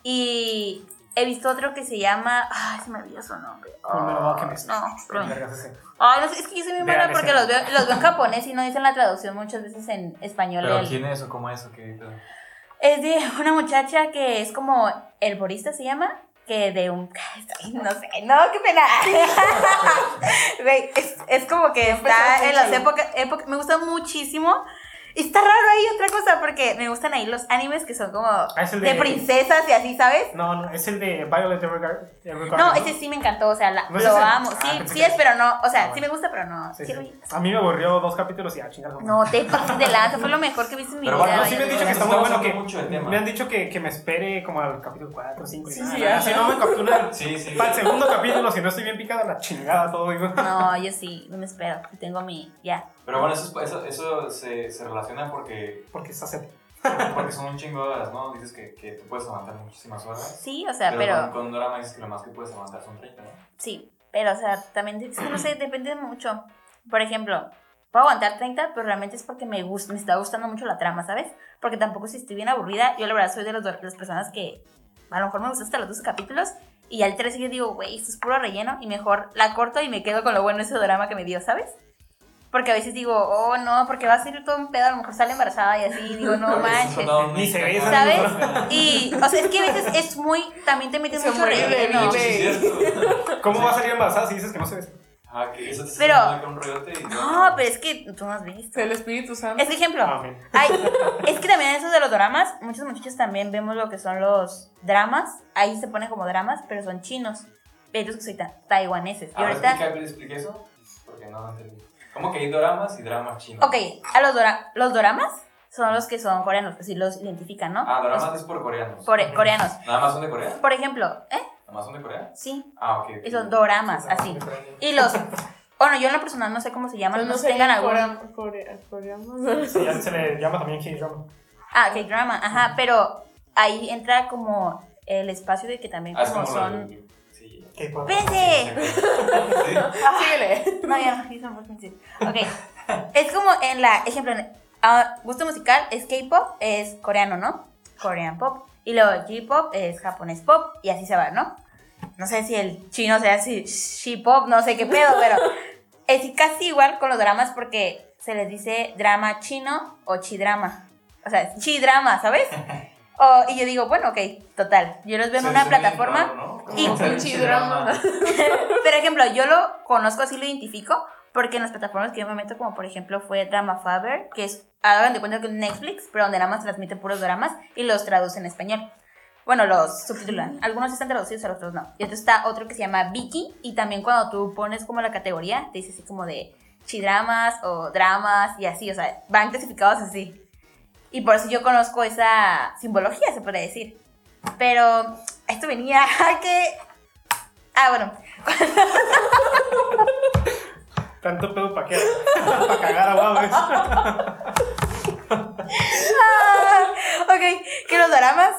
Speaker 1: Y he visto otro que se llama. Ay, se me olvidó su nombre.
Speaker 2: Fullmetal Alchemist.
Speaker 1: No, pero-
Speaker 2: Vergas, ese.
Speaker 1: Ay, no sé, es que yo soy muy
Speaker 2: Vean
Speaker 1: mala
Speaker 2: ese.
Speaker 1: porque los veo, los veo en japonés y no dicen la traducción muchas veces en español.
Speaker 5: Pero
Speaker 1: el-
Speaker 5: ¿quién es o cómo es o qué? pedo?
Speaker 1: Es de *laughs* una muchacha que es como el borista se llama, que de un *laughs* no sé, no, qué
Speaker 2: *laughs*
Speaker 1: pena. Güey, es, es como que está en las épocas, época- me gusta muchísimo. Y está raro ahí otra cosa porque me gustan ahí los animes que son como
Speaker 2: Ah, es el
Speaker 1: de princesas y así, ¿sabes?
Speaker 2: No, no, es el de Violet Evergar- Evergarden.
Speaker 1: No, ese sí me encantó, o sea, la-
Speaker 2: ¿No es
Speaker 1: lo
Speaker 2: ese?
Speaker 1: amo.
Speaker 2: Ah,
Speaker 1: Sí,
Speaker 2: pensé
Speaker 1: sí
Speaker 2: que-
Speaker 1: es, pero no, o
Speaker 2: Ah,
Speaker 1: sea,
Speaker 2: bueno.
Speaker 1: sí me gusta, pero no.
Speaker 2: Sí, sí.
Speaker 1: quiero ir.
Speaker 2: A mí me aburrió dos capítulos y ah, a chingar.
Speaker 1: No te pases de lanza, fue lo mejor que viste en mi
Speaker 5: Pero
Speaker 1: vida.
Speaker 5: bueno,
Speaker 2: No, sí
Speaker 1: vaya.
Speaker 2: me han dicho que
Speaker 5: Estamos
Speaker 2: está muy bueno
Speaker 5: hablando
Speaker 2: que
Speaker 5: mucho del tema.
Speaker 2: me han dicho que, que me espere como al capítulo 4, 5 y
Speaker 4: Sí,
Speaker 2: nada,
Speaker 4: sí,
Speaker 2: nada,
Speaker 4: ya.
Speaker 2: Si no me captura *laughs*
Speaker 5: Sí, sí.
Speaker 2: para el segundo capítulo, si no estoy bien picada, la chingada todo, digo.
Speaker 1: No, yo sí, no me espero. Tengo mi, ya.
Speaker 5: Pero bueno, eso, es- eso, eso se, se relaciona porque,
Speaker 2: Porque está set.
Speaker 5: porque son un chingo de horas, ¿no? Dices que, que te puedes aguantar muchísimas horas.
Speaker 1: Sí, o sea,
Speaker 5: pero con,
Speaker 1: pero
Speaker 5: con drama dices que lo más que puedes aguantar son 30, ¿no?
Speaker 1: sí, pero o sea, también es que no sé, depende mucho. Por ejemplo, puedo aguantar 30, pero realmente es porque me gusta, me está gustando mucho la trama, ¿sabes? Porque tampoco si estoy bien aburrida, yo la verdad soy de los do- las personas que a lo mejor me gusta hasta los 12 capítulos y ya el 13 yo digo, güey, esto es puro relleno y mejor la corto y me quedo con lo bueno de ese drama que me dio, ¿sabes? Porque a veces digo, oh no, porque va a ser todo un pedo, a lo mejor sale embarazada y así, digo, no
Speaker 5: Porque *laughs* eso
Speaker 1: manches.
Speaker 5: no-
Speaker 2: Ni se ve,
Speaker 1: ¿sabes?
Speaker 5: Ajá.
Speaker 1: Y, o sea, es que a veces es muy, también te metes
Speaker 4: Se
Speaker 1: mucho
Speaker 4: muere de
Speaker 1: relleno.
Speaker 5: *laughs* Sí, es
Speaker 1: *laughs*
Speaker 5: cierto.
Speaker 2: ¿Cómo va a salir embarazada si dices que no se ve?
Speaker 5: Ajá, que eso te
Speaker 1: Pero-
Speaker 5: está haciendo un rollote y
Speaker 1: No, pero es que tú no has visto.
Speaker 4: El Espíritu Santo.
Speaker 1: Es que, Este ejemplo,
Speaker 2: Amén.
Speaker 1: hay, es que también eso de los dramas, muchos muchachos también vemos lo que son los dramas. Ahí se ponen como dramas, pero son chinos. Ellos que soy ta- taiwaneses. Y
Speaker 5: Ahora
Speaker 1: ahorita,
Speaker 5: explica, explica eso, porque no lo entendí. ¿Cómo que hay doramas y dramas chinos?
Speaker 1: ok, a los, dora- los doramas son los que son coreanos, pues sí los identifican, ¿no?
Speaker 5: Ah,
Speaker 1: Los
Speaker 5: doramas es por coreanos.
Speaker 1: core- coreanos.
Speaker 5: ¿Nada más son de Corea?
Speaker 1: Por ejemplo, ¿eh?
Speaker 5: ¿Nada más son de Corea?
Speaker 1: Sí,
Speaker 5: Ah, ok. ok.
Speaker 1: y son doramas, así. Y los, bueno, yo en lo personal no sé cómo se llaman, no sé si tengan algún
Speaker 4: coreano. Coreano.
Speaker 2: Sí, ya se le llama también K-drama.
Speaker 1: Ah, K-drama, ajá, pero ahí entra como el espacio de que también
Speaker 5: Ah, es
Speaker 1: como
Speaker 5: como lo
Speaker 1: son...
Speaker 5: de-
Speaker 1: *laughs*
Speaker 5: Sí.
Speaker 2: K-pop.
Speaker 1: ¡Espérense!
Speaker 5: Sí.
Speaker 1: *laughs*
Speaker 4: Síguele.
Speaker 1: No, ya, no, ya no puedo coincidir. Ok. Es como en la, ejemplo, en- ah, gusto musical es K-pop, es coreano, ¿no? Korean pop. Y luego J-pop es japonés pop y así se va, ¿no? No sé si el chino sea así, She-pop, no sé qué pedo, pero es casi igual con los dramas porque se les dice drama chino o chi-drama. O sea, es chi-drama, ¿sabes? O- y yo digo, bueno, ok, total. Yo los veo en
Speaker 5: Se
Speaker 1: una
Speaker 5: dice bien
Speaker 1: plataforma
Speaker 5: raro, ¿no? Como
Speaker 1: y-
Speaker 5: un pinche drama.
Speaker 1: pero ejemplo, yo lo conozco, así lo identifico, porque en las plataformas que yo me meto, como por ejemplo fue Drama Faber, que es, hagan de cuenta que es Netflix, pero donde nada más transmiten puros dramas y los traducen en español. Bueno, los subtitulan. Algunos están traducidos, a otros no. Y otro está otro que se llama Vicky, y también cuando tú pones como la categoría, te dice así como de chidramas o dramas y así, o sea, van clasificados así. Y por eso yo conozco esa simbología, se puede decir. Pero a esto venía *laughs* a que... Ah, bueno,
Speaker 2: Tanto pedo para qué. *laughs* para cagar a guau, güey.
Speaker 1: Ah, *laughs* ok, que los dramas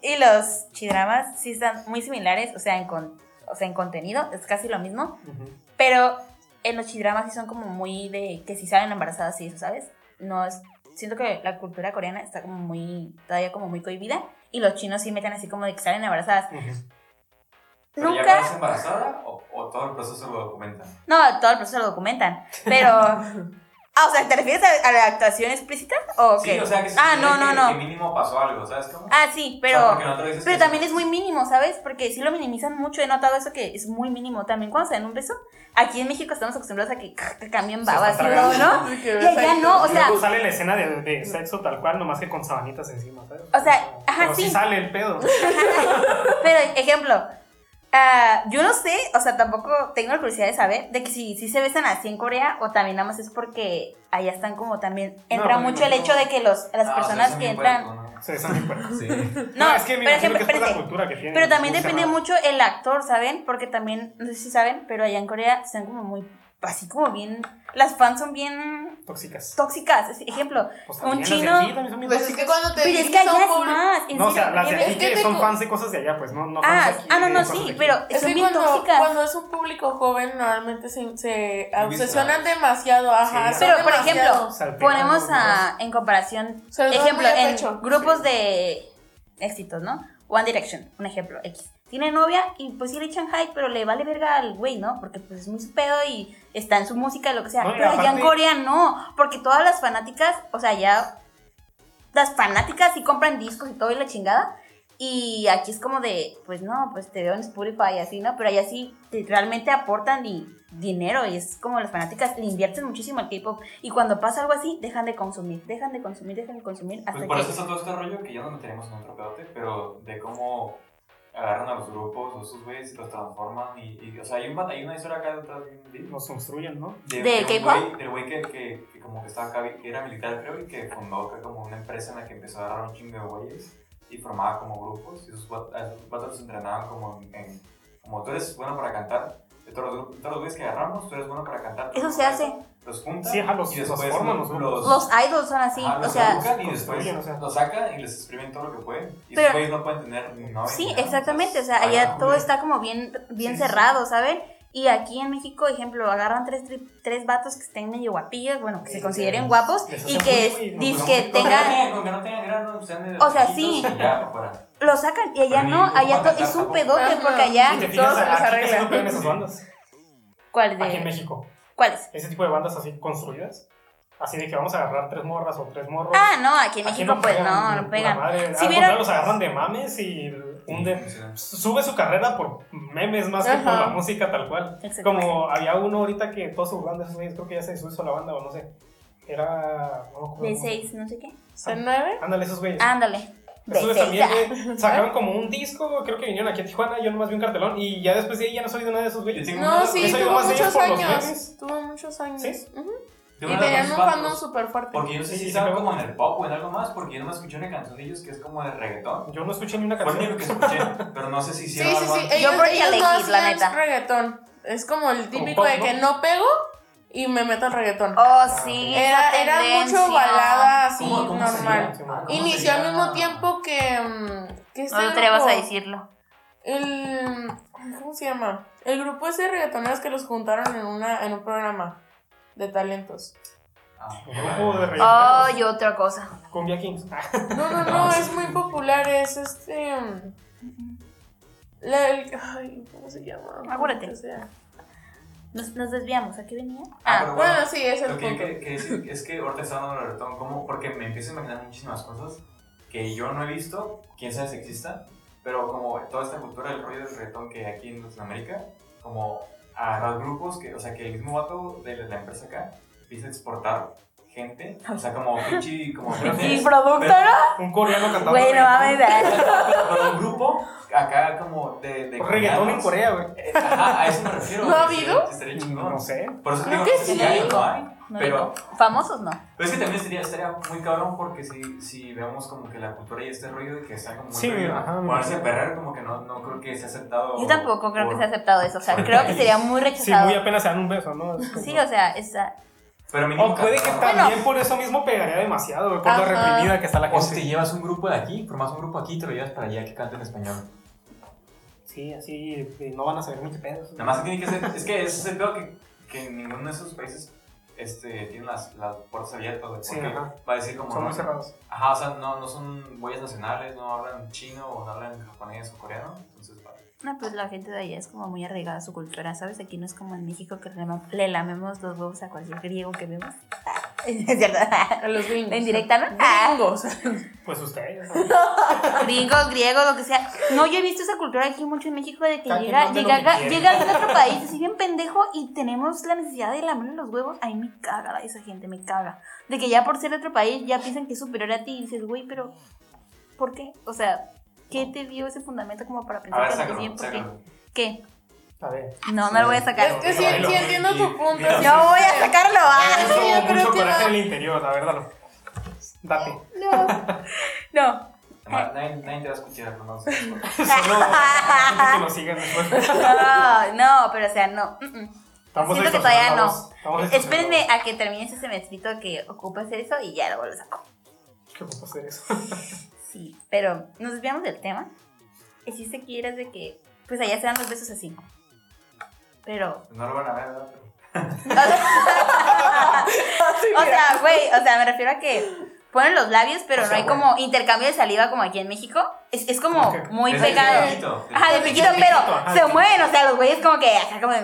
Speaker 1: y los chidramas sí están muy similares, o sea, en, con- o sea, en contenido es casi lo mismo,
Speaker 2: Ujú.
Speaker 1: pero en los chidramas sí son como muy de que si salen embarazadas y eso, ¿sabes? No es, siento que la cultura coreana está como muy, todavía como muy cohibida y los chinos sí meten así como de que salen embarazadas.
Speaker 2: Ujú.
Speaker 5: ¿Pero ya
Speaker 1: *laughs* Nunca,
Speaker 5: parece embarazada o, o o todo el proceso lo documentan?
Speaker 1: No, todo el proceso lo documentan.
Speaker 5: *laughs*
Speaker 1: Pero. ah, o sea, ¿te refieres a, a la actuación explícita? ¿O qué?
Speaker 5: Sí, o sea, que se
Speaker 1: ah, no,
Speaker 5: supone
Speaker 1: no,
Speaker 5: que-
Speaker 1: no.
Speaker 5: que mínimo pasó algo, ¿sabes cómo?
Speaker 1: Ah, sí,
Speaker 5: O sea,
Speaker 1: pero.
Speaker 5: porque no te lo dices
Speaker 1: Pero
Speaker 5: que-
Speaker 1: también es muy mínimo, ¿sabes? Porque sí lo minimizan mucho. He notado eso que es muy mínimo. También cuando se dan un beso, aquí en México estamos acostumbrados a que, *laughs* que cambien
Speaker 2: Se está
Speaker 1: babas,
Speaker 2: tragando.
Speaker 1: ¿no? Y allá no, o sea.
Speaker 2: Luego sale la escena de, de sexo tal cual, nomás que con sabanitas encima, ¿sabes?
Speaker 1: O sea, ajá,
Speaker 2: Pero
Speaker 1: sí.
Speaker 2: sale el pedo.
Speaker 1: *laughs* Pero, ejemplo, ah, yo no sé, o sea, tampoco tengo la curiosidad de saber de que si, si se besan así en Corea o también nada más es porque allá están como también. Entra
Speaker 2: No, no,
Speaker 1: mucho el
Speaker 2: no.
Speaker 1: hecho de que los, las
Speaker 5: Ah, o sea,
Speaker 1: personas
Speaker 5: eso
Speaker 1: que
Speaker 5: me
Speaker 1: entran.
Speaker 5: puede, ¿no?
Speaker 2: Se besan bien fuerte.
Speaker 5: Sí.
Speaker 1: No,
Speaker 2: es que me
Speaker 1: pero
Speaker 2: imagino
Speaker 1: ejemplo,
Speaker 2: que es por la
Speaker 1: espérate.
Speaker 2: cultura que tienen.
Speaker 1: Pero también
Speaker 2: muy
Speaker 1: depende
Speaker 2: cerrada.
Speaker 1: mucho el actor, ¿saben? Porque también, no sé si saben, pero allá en Corea están como muy, así como bien, las fans son bien
Speaker 2: Tóxicas.
Speaker 1: tóxicas. Es- Ejemplo,
Speaker 2: Pues también
Speaker 1: un
Speaker 2: las de
Speaker 1: chino-
Speaker 2: aquí también son bien
Speaker 4: Pues es que
Speaker 2: tóxicas.
Speaker 4: cuando te
Speaker 1: pero es que
Speaker 4: diriges a
Speaker 1: allá
Speaker 4: un
Speaker 1: es
Speaker 4: pobre-
Speaker 1: más. en
Speaker 2: No, o
Speaker 1: serio,
Speaker 2: sea, las de
Speaker 1: porque-
Speaker 2: aquí
Speaker 4: Es que
Speaker 2: que
Speaker 4: te
Speaker 2: son
Speaker 4: co-
Speaker 2: fans de cosas de allá, pues no, no
Speaker 1: Ah,
Speaker 2: fans aquí
Speaker 1: ah, no,
Speaker 2: de
Speaker 1: no,
Speaker 2: cosas de
Speaker 1: sí,
Speaker 2: aquí.
Speaker 1: pero
Speaker 4: Es
Speaker 1: son
Speaker 4: que
Speaker 1: bien
Speaker 4: cuando,
Speaker 1: tóxicas.
Speaker 4: cuando es un público joven, normalmente se, se
Speaker 5: Muy
Speaker 4: obsesionan
Speaker 5: visuales.
Speaker 4: demasiado. Ajá,
Speaker 2: Sí,
Speaker 4: son
Speaker 1: Pero, por
Speaker 4: demasiado.
Speaker 1: ejemplo,
Speaker 2: Saltean
Speaker 1: Ponemos
Speaker 2: los
Speaker 1: a, en comparación,
Speaker 4: Se lo toman
Speaker 1: ejemplo,
Speaker 4: muy a
Speaker 1: en
Speaker 4: pecho.
Speaker 1: grupos
Speaker 2: Sí.
Speaker 1: de éxitos, ¿no? One Direction, un ejemplo, X. Tiene novia y pues sí le echan hype, pero le vale verga al güey, ¿no? Porque pues es muy su pedo y está en su música y lo que sea.
Speaker 2: No, y
Speaker 1: pero allá en
Speaker 2: aparte-
Speaker 1: Corea no, porque todas las fanáticas, o sea, ya las fanáticas sí compran discos y todo y la chingada. Y aquí es como de, pues no, pues te veo en Spotify y así, ¿no? Pero allá sí te- realmente aportan y dinero y es como las fanáticas le invierten muchísimo al K-pop y cuando pasa algo así dejan de consumir, dejan de consumir, dejan de consumir *laughs* hasta
Speaker 5: Pues por
Speaker 1: que
Speaker 5: eso está todo este rollo que ya nos meteremos en otro pedote, pero de cómo agarran a los grupos o esos güeyes y los transforman. Y, y, o sea, hay, un, va- hay una historia acá detrás bien- bien-
Speaker 2: Nos construyen, ¿no?
Speaker 5: de,
Speaker 1: ¿De
Speaker 5: un
Speaker 1: K-pop?
Speaker 5: güey- Del güey que, que, que como que estaba acá, que era militar creo, y que fundó acá como una empresa en la que empezó a agarrar un chingo de güeyes y formaba como grupos. Y esos guat- a esos vatos los entrenaban como en, en- como tú eres bueno para cantar. De todos los, grupos- todos los güeyes que agarramos, tú eres bueno para cantar. tú
Speaker 1: Eso
Speaker 5: eres
Speaker 1: se
Speaker 5: bueno
Speaker 1: hace.
Speaker 5: para cantar, Los juntas
Speaker 2: Sí, ajá, los-
Speaker 5: y
Speaker 2: los
Speaker 5: después
Speaker 2: forman los grupos.
Speaker 1: los idols son así,
Speaker 5: Ajá,
Speaker 1: o
Speaker 5: los
Speaker 1: sea,
Speaker 5: educan y después
Speaker 2: construyen, o sea.
Speaker 5: lo sacan y les exprimen todo lo que pueden. Y
Speaker 1: Pero-
Speaker 5: después no pueden tener ni novia. ni
Speaker 1: Sí,
Speaker 5: nada,
Speaker 1: exactamente. O
Speaker 5: entonces,
Speaker 1: sea, allá
Speaker 5: agarran
Speaker 1: todo
Speaker 5: un-
Speaker 1: está como bien, bien
Speaker 2: Sí, sí, sí.
Speaker 1: cerrado, ¿saben? Y aquí en México, ejemplo, agarran tres, tri- tres vatos que estén medio guapillos, bueno, que se
Speaker 2: Sí,
Speaker 1: consideren
Speaker 2: sí.
Speaker 1: guapos
Speaker 2: Les
Speaker 1: y
Speaker 2: hacen bullying y
Speaker 1: que,
Speaker 2: nos
Speaker 1: dis
Speaker 2: ponemos
Speaker 1: que
Speaker 5: Con que no
Speaker 1: tengan,
Speaker 5: Con que no tengan granos, sean de
Speaker 1: O sea,
Speaker 5: chiquitos
Speaker 1: sí.
Speaker 5: y ya,
Speaker 2: *laughs*
Speaker 5: para afuera.
Speaker 1: lo sacan. Y allá
Speaker 5: Pero
Speaker 1: no,
Speaker 5: ni-
Speaker 1: allá
Speaker 5: ni
Speaker 1: to- es un
Speaker 5: tampoco.
Speaker 1: pedote
Speaker 4: Ajá.
Speaker 1: porque
Speaker 2: Y
Speaker 1: allá,
Speaker 2: te
Speaker 4: todo
Speaker 2: fijas,
Speaker 4: se les
Speaker 2: aquí
Speaker 4: arregla.
Speaker 2: casi no pegan esas bandas.
Speaker 1: ¿cuál
Speaker 2: Aquí en
Speaker 1: de?
Speaker 2: México.
Speaker 1: ¿Cuáles?
Speaker 2: Ese tipo de bandas así construidas. Así de que vamos a agarrar tres morras o tres morros.
Speaker 1: Ah, no, aquí en
Speaker 2: Aquí
Speaker 1: México pues
Speaker 2: pegan,
Speaker 1: no, no
Speaker 2: pura
Speaker 1: pegan.
Speaker 2: madre.
Speaker 1: Si
Speaker 2: Al
Speaker 1: vieran-
Speaker 2: contrario, los agarran de mames y hunden.
Speaker 5: Sí,
Speaker 2: Sube su carrera por memes más que por
Speaker 4: Ajá.
Speaker 2: la música tal cual.
Speaker 1: Exactamente.
Speaker 2: Como había uno ahorita que toda su banda, esos güeyes, creo que ya se deshizo la banda o no sé. Era. No me acuerdo.
Speaker 1: De seis, no sé qué.
Speaker 4: ¿Son nueve?
Speaker 2: Ándale, esos güeyes.
Speaker 1: Ándale. De
Speaker 2: Estuve
Speaker 1: seis.
Speaker 2: también,
Speaker 1: ah.
Speaker 2: güey, sacaron como un disco, güey, creo que vinieron aquí a Tijuana, yo nomás vi un cartelón y ya después de ahí ya no soy de nada de esos
Speaker 5: Yo
Speaker 2: güeyes.
Speaker 5: tengo
Speaker 4: No,
Speaker 5: una-
Speaker 4: sí,
Speaker 2: Eso yo
Speaker 4: tuvo
Speaker 2: más ellos
Speaker 4: muchos
Speaker 2: por los
Speaker 4: años.
Speaker 2: memes.
Speaker 4: Tuvo muchos años.
Speaker 2: ¿Sí?
Speaker 4: Ujú.
Speaker 5: Yo
Speaker 4: Y
Speaker 5: creo que
Speaker 4: tenían un
Speaker 5: los
Speaker 4: fandom
Speaker 5: vatos-
Speaker 4: súper fuerte.
Speaker 5: Porque yo no sé
Speaker 2: Sí,
Speaker 5: si
Speaker 2: sí,
Speaker 5: estaba
Speaker 2: pero-
Speaker 5: como en el pop o en algo más, porque yo nomás escuché una canción de ellos que es como de reggaetón.
Speaker 2: Yo no escuché ni una
Speaker 5: Fue lo único
Speaker 2: canción.
Speaker 5: que escuché, *laughs* pero no sé si
Speaker 4: Sí,
Speaker 5: hicieron
Speaker 4: sí,
Speaker 5: algo
Speaker 4: sí.
Speaker 5: antes.
Speaker 4: Ellos,
Speaker 1: Yo porque
Speaker 4: ellos no
Speaker 1: elegí, la
Speaker 4: hacían
Speaker 1: neta.
Speaker 4: reggaetón. Es como el típico
Speaker 2: pop,
Speaker 4: de que no pego y me meto al reggaetón.
Speaker 1: Oh, sí.
Speaker 4: Era,
Speaker 1: esa
Speaker 4: era mucho
Speaker 1: tendencia.
Speaker 4: balada así,
Speaker 5: ¿Cómo- cómo se
Speaker 4: normal.
Speaker 5: llama? ¿Cómo se
Speaker 4: Inició al mismo
Speaker 5: llama?
Speaker 4: tiempo que. mm, que este
Speaker 1: No te atrevas a
Speaker 4: grupo.
Speaker 1: decirlo.
Speaker 4: El. ¿Cómo se llama? El grupo ese de reggaetoneros que los juntaron en, una, en un programa de talentos.
Speaker 5: Ah,
Speaker 2: Grupo de reggaetón.
Speaker 1: Oh, y otra cosa.
Speaker 2: Cumbia Kings. Ah,
Speaker 4: No, no, no, es muy popular, es este. mm, la- el- ay, ¿cómo se llama?
Speaker 1: Acuérdate.
Speaker 4: O sea,
Speaker 1: Nos, nos desviamos, ¿a qué venía?
Speaker 5: Ah,
Speaker 1: Ah,
Speaker 5: pero bueno.
Speaker 4: Bueno, sí, es el
Speaker 5: Lo que,
Speaker 4: punto.
Speaker 5: que, que es, es que ahorita está hablando de reggaetón, ¿cómo? Porque me empiezo a imaginar muchísimas cosas que yo no he visto, quién sabe si exista, pero como toda esta cultura del rollo del reggaetón que hay aquí en Latinoamérica, como agarrar grupos, que, o sea, que el mismo vato de la empresa acá empieza a exportar gente, o sea, como pinche,
Speaker 4: *laughs*
Speaker 5: como
Speaker 1: sí,
Speaker 5: grandes,
Speaker 1: productora.
Speaker 2: un coreano cantando.
Speaker 1: Bueno,
Speaker 2: reggaetón.
Speaker 1: mames. ¿verdad?
Speaker 5: pero un grupo acá como de... de
Speaker 2: Reggaetón en
Speaker 5: coreanos.
Speaker 2: Corea, güey.
Speaker 5: Eh, Ajá, a eso me refiero.
Speaker 4: ¿No ha
Speaker 5: güey,
Speaker 4: habido?
Speaker 5: Estaría chingón.
Speaker 2: No sé.
Speaker 5: Por eso te
Speaker 4: Creo
Speaker 5: digo,
Speaker 4: que
Speaker 5: no sé si
Speaker 4: sí.
Speaker 5: hay o no hay,
Speaker 1: No
Speaker 5: pero...
Speaker 1: digo. Famosos no.
Speaker 5: Pero es que también sería, estaría muy cabrón porque si, si vemos como que la cultura y este rollo de que está como muy
Speaker 2: Sí,
Speaker 5: prohibido,
Speaker 2: ajá, me
Speaker 5: ponerse a
Speaker 2: imagino.
Speaker 5: perrar como que no, no creo que sea aceptado.
Speaker 1: Yo tampoco creo que
Speaker 5: por-
Speaker 1: se ha aceptado eso. O sea,
Speaker 5: por-
Speaker 1: creo que sería muy
Speaker 2: Sí, muy
Speaker 1: rechazado.
Speaker 2: apenas se dan un beso, ¿no? Es como-
Speaker 1: Sí, o sea, esa.
Speaker 5: Pero mínimo
Speaker 2: O puede que
Speaker 5: capaz,
Speaker 2: también por eso mismo pegaría demasiado, güey, por lo
Speaker 4: Ajá.
Speaker 2: reprimida que está la
Speaker 5: O si te
Speaker 2: gente.
Speaker 5: llevas un grupo de aquí, formas un grupo aquí y te lo llevas para allá que cante en español.
Speaker 2: Sí, así eh, no van a saber ni qué pedo.
Speaker 5: Nada más que tiene que ser. Es que ese es el peor que, que en ninguno de esos países este, tiene las, las puertas abiertas. güey,
Speaker 2: Sí,
Speaker 5: porque
Speaker 2: ajá.
Speaker 5: va a decir como.
Speaker 2: Son
Speaker 5: no,
Speaker 2: muy cerrados.
Speaker 5: ajá, o sea, no, no son huellas nacionales, no hablan chino o no hablan japonés o coreano. Entonces, vale.
Speaker 1: No, pues la gente de allá es como muy arraigada a su cultura, ¿sabes? Aquí no es como en México que le, le lamemos los huevos a cualquier griego que vemos. *laughs* Es
Speaker 5: *laughs*
Speaker 1: ¿Cierto?
Speaker 4: A los gringos.
Speaker 1: ¿En directa, no? Ah,
Speaker 4: Gringos.
Speaker 2: Pues ustedes.
Speaker 1: *laughs* Gringo, griego, lo que sea. No, yo he visto esa cultura aquí mucho en México de que
Speaker 2: Cada
Speaker 1: llega,
Speaker 2: quien mande
Speaker 1: llega,
Speaker 2: lo que
Speaker 1: llega,
Speaker 2: quiere.
Speaker 1: alguien de otro país, así bien pendejo, y tenemos la necesidad de lamerle los huevos. Ay, me caga esa gente, me caga. De que ya por ser de otro país ya piensan que es superior a ti y dices, güey, pero ¿por qué? O sea, ¿qué te dio ese fundamento como para
Speaker 5: A
Speaker 1: pensar
Speaker 5: ver,
Speaker 1: que lo haces bien?
Speaker 5: sácalo,
Speaker 1: ¿Por qué?
Speaker 5: sácalo.
Speaker 1: ¿Qué?
Speaker 2: A ver.
Speaker 1: No, no lo voy a sacar.
Speaker 4: Es que sí,
Speaker 2: Bueno,
Speaker 4: sí entiendo
Speaker 5: y-
Speaker 4: tu punto.
Speaker 5: mira,
Speaker 4: sí, *laughs*
Speaker 1: Yo voy
Speaker 4: sí.
Speaker 1: a sacarlo. ah.
Speaker 4: sí, yo
Speaker 2: Tengo
Speaker 4: creo
Speaker 2: mucho
Speaker 4: que
Speaker 2: coraje
Speaker 4: va.
Speaker 2: en el interior, a ver, dalo.
Speaker 1: *laughs*
Speaker 2: Date.
Speaker 1: No.
Speaker 5: Además, Nadie nadie te va a escuchar, no más.
Speaker 2: Solo que nos sigan después.
Speaker 1: No, no, pero o sea, no. mm, mm.
Speaker 2: Estamos
Speaker 1: Siento que todavía no. Eh,
Speaker 2: extorsionados, estamos
Speaker 1: Espérenme
Speaker 2: extorsionados.
Speaker 1: a que termine ese semestrito que ocupas eso y ya luego lo saco.
Speaker 2: ¿Qué puedo hacer eso? *laughs*
Speaker 1: Sí, pero nos desviamos del tema. El chiste aquí era de que, pues allá se dan los besos así. Pero. *laughs*
Speaker 5: No lo van a ver, ¿verdad? Pero-
Speaker 1: O sea,
Speaker 4: Así,
Speaker 1: o
Speaker 4: mira.
Speaker 1: sea, güey, o sea, me refiero a que ponen los labios, pero
Speaker 2: O sea,
Speaker 1: no hay como intercambio de saliva como aquí en México. Es, es como
Speaker 2: Como que-
Speaker 1: muy
Speaker 5: Es
Speaker 1: pegado.
Speaker 5: de piquito, de-
Speaker 1: Ajá, de
Speaker 2: De
Speaker 1: piquito,
Speaker 2: piquito,
Speaker 1: pero
Speaker 2: ajá, de
Speaker 1: se
Speaker 2: piquito.
Speaker 1: mueven, o sea, los güeyes como que acá como.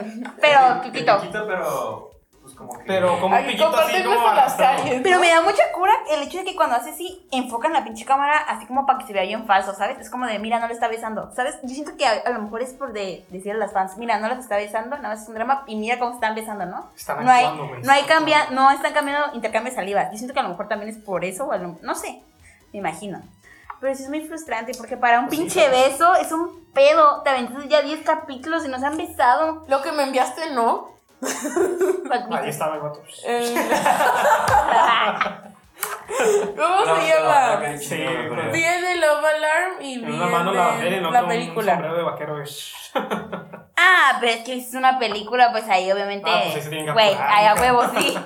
Speaker 1: Pero,
Speaker 5: de- de
Speaker 1: piquito.
Speaker 5: Piquito, pero. Pues como que.
Speaker 2: Pero como un
Speaker 4: Ay,
Speaker 2: piquito así
Speaker 4: comparten
Speaker 2: como...
Speaker 4: por las calles.
Speaker 1: Pero me da mucha cura el hecho de que cuando hace así, enfocan la pinche cámara así como para que se vea bien falso, ¿sabes? Es como de, mira, no le está besando, ¿sabes? Yo siento que a, a lo mejor es por de, decir a las fans, mira, no las está besando, nada más es un drama y mira cómo están besando, ¿no?
Speaker 2: Están
Speaker 1: No hay,
Speaker 2: actuando, güey.
Speaker 1: no hay cambia, no están cambiando intercambio de saliva. Yo siento que a lo mejor también es por eso, o a lo- no sé, me imagino. Pero sí es muy frustrante porque para un pinche beso es un pedo. Te aventaste ya 10 capítulos y no se han
Speaker 4: *laughs*
Speaker 1: besado.
Speaker 4: Lo que me enviaste no.
Speaker 2: Ahí estaba el vato.
Speaker 4: Eh, *laughs* ¿Cómo
Speaker 5: No,
Speaker 4: se
Speaker 5: no, no,
Speaker 4: llama?
Speaker 5: que
Speaker 2: Sí,
Speaker 5: chingado, pero-
Speaker 2: pero-
Speaker 4: Bien de Love Alarm y
Speaker 2: En
Speaker 4: bien
Speaker 2: una mano la bandera y en
Speaker 4: de
Speaker 2: otra
Speaker 4: la
Speaker 2: un
Speaker 4: película.
Speaker 2: sombrero de vaquero. güey. *laughs*
Speaker 1: Ah, pero es que es una película, pues ahí obviamente.
Speaker 2: Ah, pues ahí se tienen que
Speaker 1: Güey,
Speaker 2: apurar.
Speaker 1: ahí a huevo,
Speaker 2: *laughs*
Speaker 1: sí.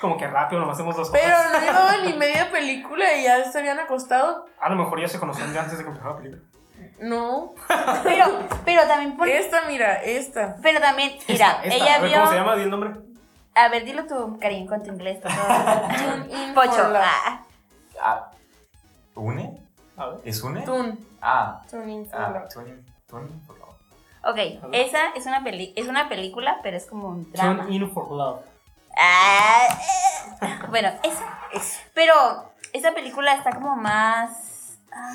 Speaker 2: Como que rápido, nomás hacemos dos
Speaker 4: Pero
Speaker 2: cosas.
Speaker 4: no llevaban ni media película y ya se habían acostado.
Speaker 2: A lo mejor ya se conocían de antes de que empezara la película.
Speaker 4: No.
Speaker 1: Pero, pero también pon-
Speaker 4: Esta, mira, esta.
Speaker 1: Pero también, mira,
Speaker 2: Esta,
Speaker 1: ella
Speaker 2: a ver, ¿Cómo se
Speaker 1: vio.
Speaker 2: llama? Di el nombre.
Speaker 1: A ver, dilo tú, cariño, con tu inglés. por favor.
Speaker 4: *laughs* Tune in
Speaker 1: Pocho.
Speaker 4: for love.
Speaker 1: ah.
Speaker 5: Ah, ¿Une?
Speaker 2: A ver.
Speaker 5: ¿Es une?
Speaker 4: Tune.
Speaker 5: Ah,
Speaker 4: Tune in for
Speaker 5: ah,
Speaker 4: love.
Speaker 5: Tony, Tony, por favor.
Speaker 1: Ok, esa es una, peli es una película, pero es como un drama.
Speaker 2: Turn in for love.
Speaker 1: Ah,
Speaker 2: *laughs*
Speaker 1: eh. Bueno, esa. Pero esa película está como más. ah,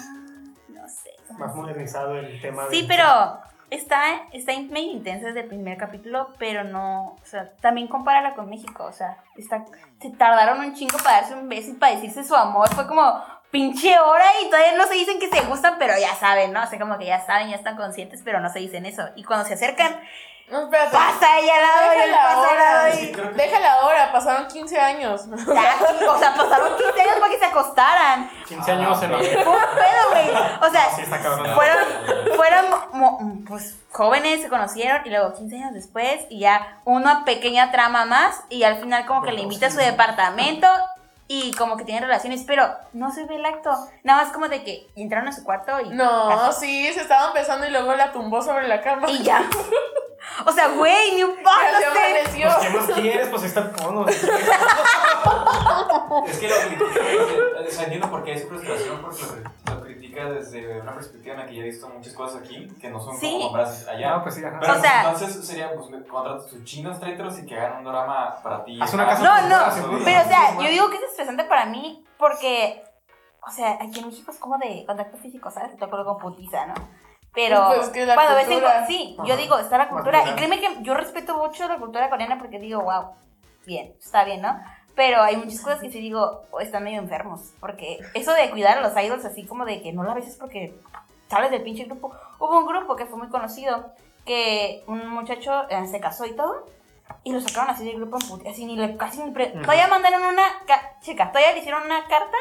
Speaker 1: no sé. como
Speaker 2: Más modernizado el tema.
Speaker 1: Sí,
Speaker 2: de-
Speaker 1: pero está, está in- medio intensa desde el primer capítulo, pero no, o sea, también compárala con México, o sea, está, se tardaron un chingo para darse un beso y para decirse su amor, fue como pinche hora y todavía no se dicen que se gustan, pero ya saben, ¿no? O sea, como que ya saben, ya están conscientes, pero no se dicen eso. Y cuando se acercan,
Speaker 4: No, espérate.
Speaker 1: pasa ella al lado y él
Speaker 4: Déjala
Speaker 1: pasa al lado
Speaker 4: ahora.
Speaker 1: y...
Speaker 4: Déjala ahora, pasaron 15 años.
Speaker 1: Ah, O sea, pasaron 15 años para que se acostaran.
Speaker 2: 15 años en la
Speaker 1: Fue un pedo, güey. O sea,
Speaker 2: Sí, está cabrón. Pues,
Speaker 1: fueron, fueron mo- mo- pues jóvenes, se conocieron y luego 15 años después y ya una pequeña trama más y al final como que le invita a su departamento y como que tienen relaciones, pero no se ve el acto. Nada más como de que entraron a su cuarto y...
Speaker 4: No,
Speaker 1: así,
Speaker 4: sí, se estaban besando y luego la tumbó sobre la cama.
Speaker 1: Ah.
Speaker 4: *laughs*
Speaker 1: Y ya. *laughs* O sea, güey, ni un palo,
Speaker 4: Ya se
Speaker 1: no sé.
Speaker 4: amaneció.
Speaker 2: Pues, ¿Qué más quieres? Pues ahí está el porno.
Speaker 5: Es que lo critica, o sea, entiendo por qué es frustración, porque lo, lo critica desde una perspectiva en la que ya he visto muchas cosas aquí que no son
Speaker 1: Sí.
Speaker 5: como compradas allá.
Speaker 2: Ya, pues sí,
Speaker 5: Pero
Speaker 1: O
Speaker 2: ajá.
Speaker 1: sea-
Speaker 5: entonces sería, pues, contratas tus chinos tréteros y que hagan un drama para ti.
Speaker 2: Haz una casa
Speaker 1: No,
Speaker 2: por brazo,
Speaker 1: no,
Speaker 2: güey.
Speaker 1: pero o sea, yo digo que es estresante para mí porque, o sea, aquí en México es como de contacto físico, ¿sabes? Te acuerdo con putiza, ¿no? Pero
Speaker 4: Pues que la
Speaker 1: cuando ves en-
Speaker 4: cultura.
Speaker 1: sí, yo
Speaker 2: Ajá.
Speaker 1: digo, está la
Speaker 2: La
Speaker 1: cultura. Y
Speaker 2: cultura.
Speaker 1: créeme que yo respeto mucho la cultura coreana porque digo, wow, bien, está bien, ¿no? Pero hay muchas cosas que sí digo, "Oh, están medio enfermos. Porque eso de cuidar a los idols así como de que no la veces porque sales del pinche grupo. Hubo un grupo que fue muy conocido que un muchacho eh, se casó y todo. Y lo sacaron así del grupo en put- así ni le casi ni pre-
Speaker 2: Ujú.
Speaker 1: Todavía mandaron una ca- chica, todavía le hicieron una carta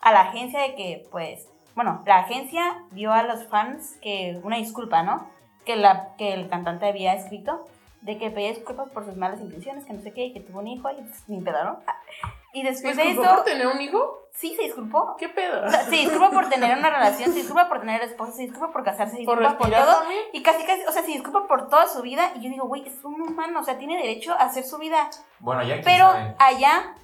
Speaker 1: a la agencia de que, pues, bueno, la agencia dio a los fans que una disculpa, ¿no? Que, la, que el cantante había escrito de que pedía disculpas por sus malas intenciones, que no sé qué, y que tuvo un hijo y pues, ni pedo, ¿no? Ah, Y después de
Speaker 4: ¿Disculpó
Speaker 1: eso,
Speaker 4: por tener un hijo?
Speaker 1: sí se disculpó. *laughs*
Speaker 4: ¿Qué pedo?
Speaker 1: O sea, se disculpa por tener una relación, se disculpa por tener esposa, se disculpa por casarse, se
Speaker 4: ¿Por
Speaker 1: disculpa por
Speaker 4: respirar
Speaker 1: todo.
Speaker 4: también?
Speaker 1: Y casi, casi, o sea, se disculpa por toda su vida. Y yo digo, güey, es un humano, o sea, tiene derecho a hacer su vida.
Speaker 5: Bueno, ya quién
Speaker 1: Pero
Speaker 5: sabe.
Speaker 1: allá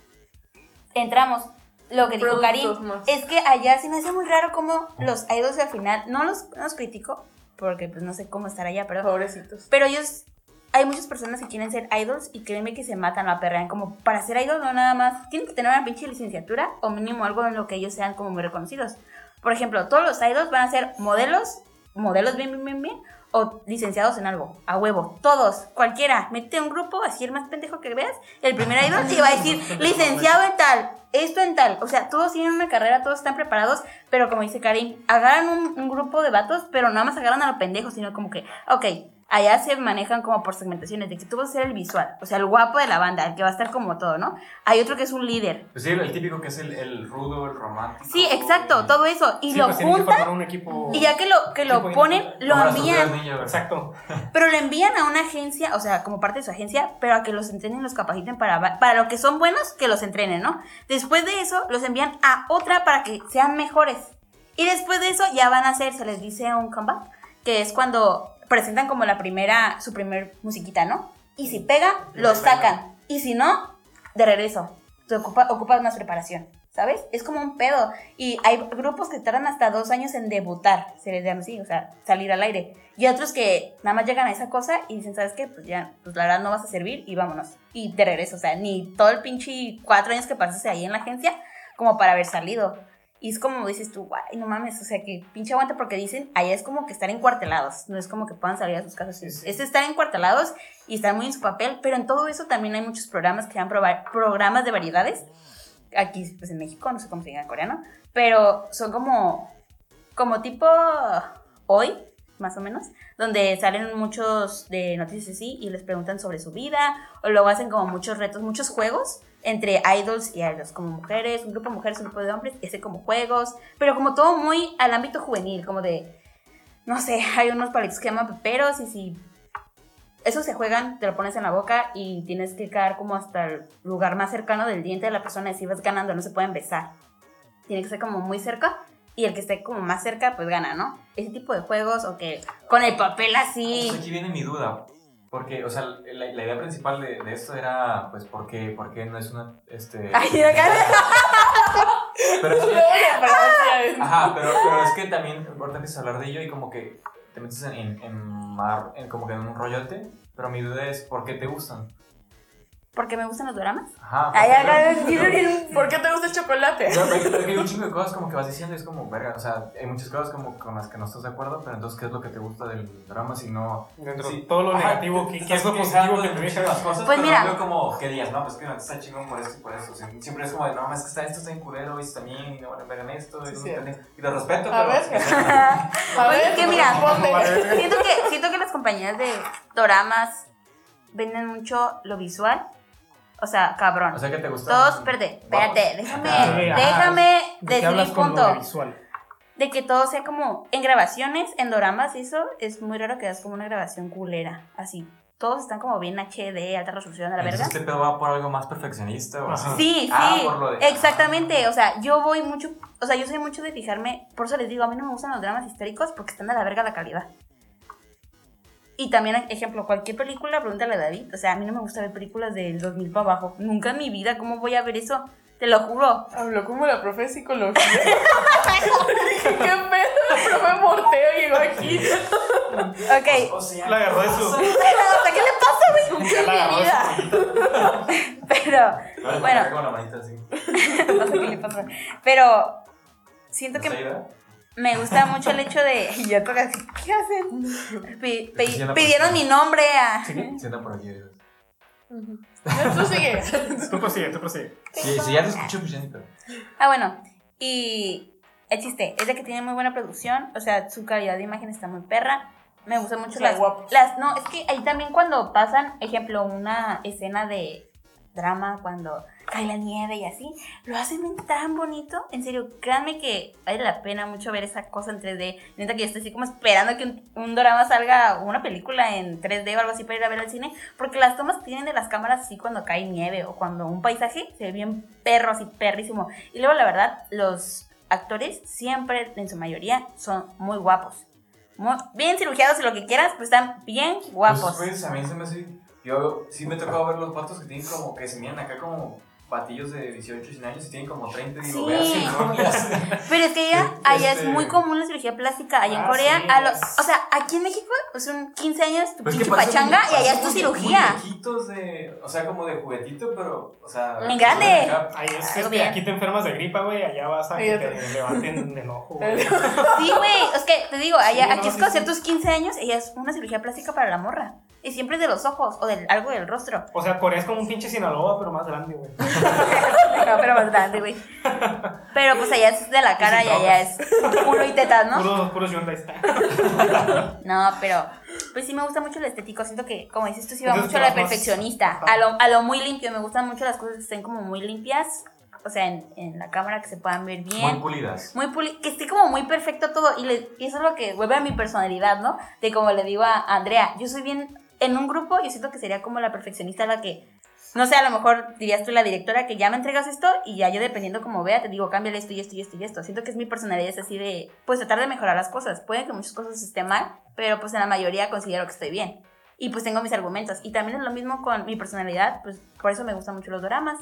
Speaker 1: entramos. Lo que dijo
Speaker 4: Productos
Speaker 1: Karim
Speaker 4: más.
Speaker 1: es que allá se me hace muy raro como los idols al final, no los, no los critico, porque pues no sé cómo estar allá, pero *laughs*
Speaker 4: Pobrecitos.
Speaker 1: Pero ellos, hay muchas personas que quieren ser idols y créeme que se matan o aperrean. Como para ser idol, no nada más. Tienen que tener una pinche licenciatura o mínimo algo en lo que ellos sean como muy reconocidos. Por ejemplo, todos los idols van a ser modelos, modelos bien, bien, bien, bien, o licenciados en algo, a huevo. Todos, cualquiera. Mete un grupo, así el más pendejo que veas, el primer idol te va a decir licenciado en tal, esto en tal. O sea, todos tienen una carrera, todos están preparados, pero como dice Karim, agarran un, un grupo de vatos, pero nada más agarran a los pendejos, sino como que, ok, allá se manejan como por segmentaciones, de que tú vas a ser el visual, o sea, el guapo de la banda, el que va a estar como todo, ¿no? Hay otro que es un líder.
Speaker 5: Pues sí, el típico que es el, el rudo, el romántico.
Speaker 1: Sí, exacto,
Speaker 5: el-
Speaker 1: todo eso.
Speaker 2: Ah,
Speaker 1: Y
Speaker 2: Sí,
Speaker 1: lo
Speaker 2: pues tienen que
Speaker 1: juntan
Speaker 2: formar un equipo.
Speaker 1: y ya que lo, que
Speaker 2: Sí,
Speaker 1: lo
Speaker 2: porque-
Speaker 1: ponen, lo
Speaker 5: Ahora son
Speaker 1: envían.
Speaker 5: tres niños, ¿verdad?
Speaker 2: Exacto.
Speaker 1: Pero lo envían a una agencia, o sea, como parte de su agencia, pero a que los entrenen, los capaciten para, va- para lo que son buenos, que los entrenen, ¿no? Después de eso, los envían a otra para que sean mejores. Y después de eso, ya van a hacer, se les dice un comeback, que es cuando presentan como la primera, su primer musiquita, ¿no? Y si pega, los sacan. Y si no, de regreso. Te ocupa, ocupa más preparación, ¿sabes? Es como un pedo. Y hay grupos que tardan hasta dos años en debutar, se les llama así, o sea, salir al aire. Y otros que nada más llegan a esa cosa y dicen, ¿sabes qué? Pues ya, pues la verdad no vas a servir y vámonos. Y de regreso, o sea, ni todo el pinche cuatro años que pasaste ahí en la agencia como para haber salido. Y es como dices tú, guay, no mames, o sea, que pinche aguanta porque dicen, allá es como que estar encuartelados, no es como que puedan salir a sus casas.
Speaker 2: Sí, sí.
Speaker 1: Es estar encuartelados y estar muy en su papel, pero en todo eso también hay muchos programas que dan probar, programas de variedades, aquí pues en México, no sé cómo se diga en coreano, pero son como, como tipo hoy, más o menos, donde salen muchos de noticias así y les preguntan sobre su vida, o luego hacen como muchos retos, muchos juegos entre idols y idols, como mujeres, un grupo de mujeres, un grupo de hombres, y hacen como juegos, pero como todo muy al ámbito juvenil, como de, no sé, *laughs* hay unos palitos que llaman peperos y si... Esos se juegan, te lo pones en la boca y tienes que quedar como hasta el lugar más cercano del diente de la persona y si vas ganando, no se pueden besar. Tiene que ser como muy cerca y el que esté como más cerca pues gana, ¿no? Ese tipo de juegos o que con el papel así...
Speaker 5: Entonces, aquí viene mi duda. Porque, o sea, la, la idea principal de, de esto era, pues, ¿por qué, por qué no es una, este...
Speaker 1: *laughs* Ay, acá-
Speaker 5: Pero
Speaker 1: Ah.
Speaker 5: es que-
Speaker 4: Pero
Speaker 5: Ajá, pero, pero es que también ahorita empiezas a hablar de ello y como que te metes en, en, en mar, en como que en un rollote, pero mi duda es ¿por qué te gustan?
Speaker 1: Porque me gustan los dramas.
Speaker 5: Ajá.
Speaker 1: Ay,
Speaker 5: porque-
Speaker 1: acá-
Speaker 4: *laughs* ¿Por qué te gusta el
Speaker 1: *laughs*
Speaker 4: chocolate?
Speaker 5: No, pero hay- pero hay un chingo de cosas como que vas diciendo y es como, verga, o sea, hay muchas cosas como con las que no estás de acuerdo, pero entonces, ¿qué es lo que te gusta del drama si no...?
Speaker 2: Dentro
Speaker 5: Sí.
Speaker 2: de todo lo
Speaker 5: Ajá,
Speaker 2: negativo,
Speaker 5: te-
Speaker 2: ¿qué,
Speaker 5: te
Speaker 2: qué es lo
Speaker 5: estás quejando
Speaker 2: positivo que
Speaker 5: de
Speaker 2: te deja?
Speaker 5: muchísimas cosas,
Speaker 1: Pues
Speaker 5: pero
Speaker 1: mira.
Speaker 5: no veo como que digas, no, pues que no, está chingón por esto y por eso. o sea, siempre es como de, no, es que está esto, está en culero, y está bien, y no vale, vergan esto, y,
Speaker 4: Sí,
Speaker 5: no
Speaker 4: sí.
Speaker 5: están bien". y lo respeto, pero...
Speaker 4: A ver.
Speaker 1: *laughs*
Speaker 4: A
Speaker 1: Oye,
Speaker 4: ver,
Speaker 1: que mira.
Speaker 4: responde.
Speaker 1: *laughs* siento que siento que las compañías de doramas venden mucho lo visual o sea cabrón
Speaker 5: O sea, que te gusta...
Speaker 1: todos espérate espérate déjame
Speaker 5: Ah,
Speaker 2: sí, ah,
Speaker 1: déjame
Speaker 2: ¿De qué
Speaker 1: decir mi
Speaker 2: hablas con lo
Speaker 1: punto
Speaker 2: visual?
Speaker 1: de que todo sea como en grabaciones en doramas y eso es muy raro que hagas como una grabación culera así todos están como bien HD alta resolución a la verga
Speaker 5: Entonces, este pedo va por algo más perfeccionista o así.
Speaker 2: Ajá.
Speaker 1: Sí,
Speaker 5: Ah,
Speaker 1: sí,
Speaker 5: por lo de-
Speaker 1: exactamente. O sea, yo voy mucho, o sea, yo soy mucho de fijarme, por eso les digo, a mí no me gustan los dramas históricos porque están a la verga la calidad. Y también, ejemplo, cualquier película, pregúntale a David, o sea, a mí no me gusta ver películas del 2000 para abajo. Nunca en mi vida, ¿cómo voy a ver eso? Te lo juro.
Speaker 4: Habló como la profe
Speaker 1: *laughs*
Speaker 4: de psicología. Dije, ¿Qué pedo? La profe Morteo llegó aquí.
Speaker 1: *laughs* Ok,
Speaker 5: O sea,
Speaker 2: La agarró de su-
Speaker 5: Pues,
Speaker 1: *laughs* o sea, ¿qué le pasa,
Speaker 2: *laughs*
Speaker 1: güey? Nunca en mi vida. Pero, *laughs* Bueno.
Speaker 5: No, bueno. Con la manita así.
Speaker 1: no sé qué le pasa. Pero, siento
Speaker 5: ¿Nos
Speaker 1: que
Speaker 5: ayuda?
Speaker 1: Me gusta mucho el hecho de. *laughs* Y yo toca así, ¿qué hacen? Pi- pi-
Speaker 5: Sí, la
Speaker 1: pidieron
Speaker 5: persona.
Speaker 1: mi nombre a.
Speaker 5: Sienta por aquí.
Speaker 4: No, Tú sigue.
Speaker 2: Tú prosigue, tú prosigue.
Speaker 5: Si, si ya te escucho, pues ya ni pedo.
Speaker 1: Ah, bueno. Y el chiste es de que tiene muy buena producción. O sea, su calidad de imagen está muy perra. Me gusta mucho
Speaker 4: Está
Speaker 1: las,
Speaker 4: guapo.
Speaker 1: las. No, es que ahí también cuando pasan, ejemplo, una escena de drama, cuando cae la nieve y así, lo hacen tan bonito. En serio, créanme que vale la pena mucho ver esa cosa en 3D. Neta que yo estoy así como esperando que un, un drama salga o una película en 3D o algo así para ir a ver al cine. Porque las tomas que tienen de las cámaras así cuando cae nieve o cuando un paisaje se ve bien perro, así perrísimo. Y luego, la verdad, los actores siempre, en su mayoría, son muy guapos. Muy- bien cirugiados y lo que quieras, pues están bien guapos.
Speaker 5: Pues, pues, a mí se me hace. Yo sí me he tocado ver los patos que tienen como que se miran acá como. patillos de 18 y 19 años y tienen como 30 y
Speaker 1: Sí.
Speaker 5: digo, veas
Speaker 1: *laughs*
Speaker 5: Pues
Speaker 1: Pero es que allá, allá es
Speaker 5: Este-
Speaker 1: muy común la cirugía plástica, allá en
Speaker 2: Ah,
Speaker 1: Corea.
Speaker 2: sí,
Speaker 1: a lo-
Speaker 2: es- Pues,
Speaker 1: o sea, aquí en México pues, son 15 años tu pinche pachanga y allá es tu cirugía.
Speaker 5: Muñequitos de, o sea, como de juguetito, pero, o sea... pues,
Speaker 1: En grande.
Speaker 2: Ahí es
Speaker 1: Algo
Speaker 2: que
Speaker 1: bien.
Speaker 2: aquí te enfermas de gripa, güey, allá vas a
Speaker 4: Ahí
Speaker 2: que
Speaker 4: otra.
Speaker 2: te levanten el
Speaker 1: *laughs*
Speaker 2: ojo, güey.
Speaker 1: Sí, güey. Es que te digo, allá,
Speaker 2: Sí, no,
Speaker 1: aquí es
Speaker 2: sí,
Speaker 1: con
Speaker 2: sí.
Speaker 1: ciertos 15 años, ella es una cirugía plástica para la morra. Y siempre es de los ojos o del algo del rostro.
Speaker 2: O sea, Corea es como un pinche Sinaloa, pero más grande, güey.
Speaker 1: No, pero más grande, güey. Pero pues allá es de la cara y allá es culo y tetas, ¿no?
Speaker 2: Puros, puros *laughs* Hyundais.
Speaker 1: No, pero pues sí me gusta mucho el estético. Siento que, como dices tú, sí va
Speaker 2: Entonces,
Speaker 1: mucho a la
Speaker 2: te vas más-
Speaker 1: perfeccionista.
Speaker 2: Ajá.
Speaker 1: A lo, a lo muy limpio. Me gustan mucho las cosas que estén como muy limpias. O sea, en, en la cámara que se puedan ver
Speaker 5: Muy
Speaker 1: bien.
Speaker 5: pulidas.
Speaker 1: Muy puli- que esté como muy perfecto todo. Y, le- y eso es lo que vuelve a mi personalidad, ¿no? De como le digo a Andrea, yo soy bien. En un grupo, yo siento que sería como la perfeccionista la que. No sé, a lo mejor dirías tú la directora que ya me entregas esto y ya yo dependiendo como vea te digo, cámbiale esto y esto y esto y esto. Siento que es mi personalidad es así de, pues tratar de mejorar las cosas. Puede que muchas cosas estén mal, pero pues en la mayoría considero que estoy bien. Y pues tengo mis argumentos. Y también es lo mismo con mi personalidad, pues por eso me gustan mucho los dramas.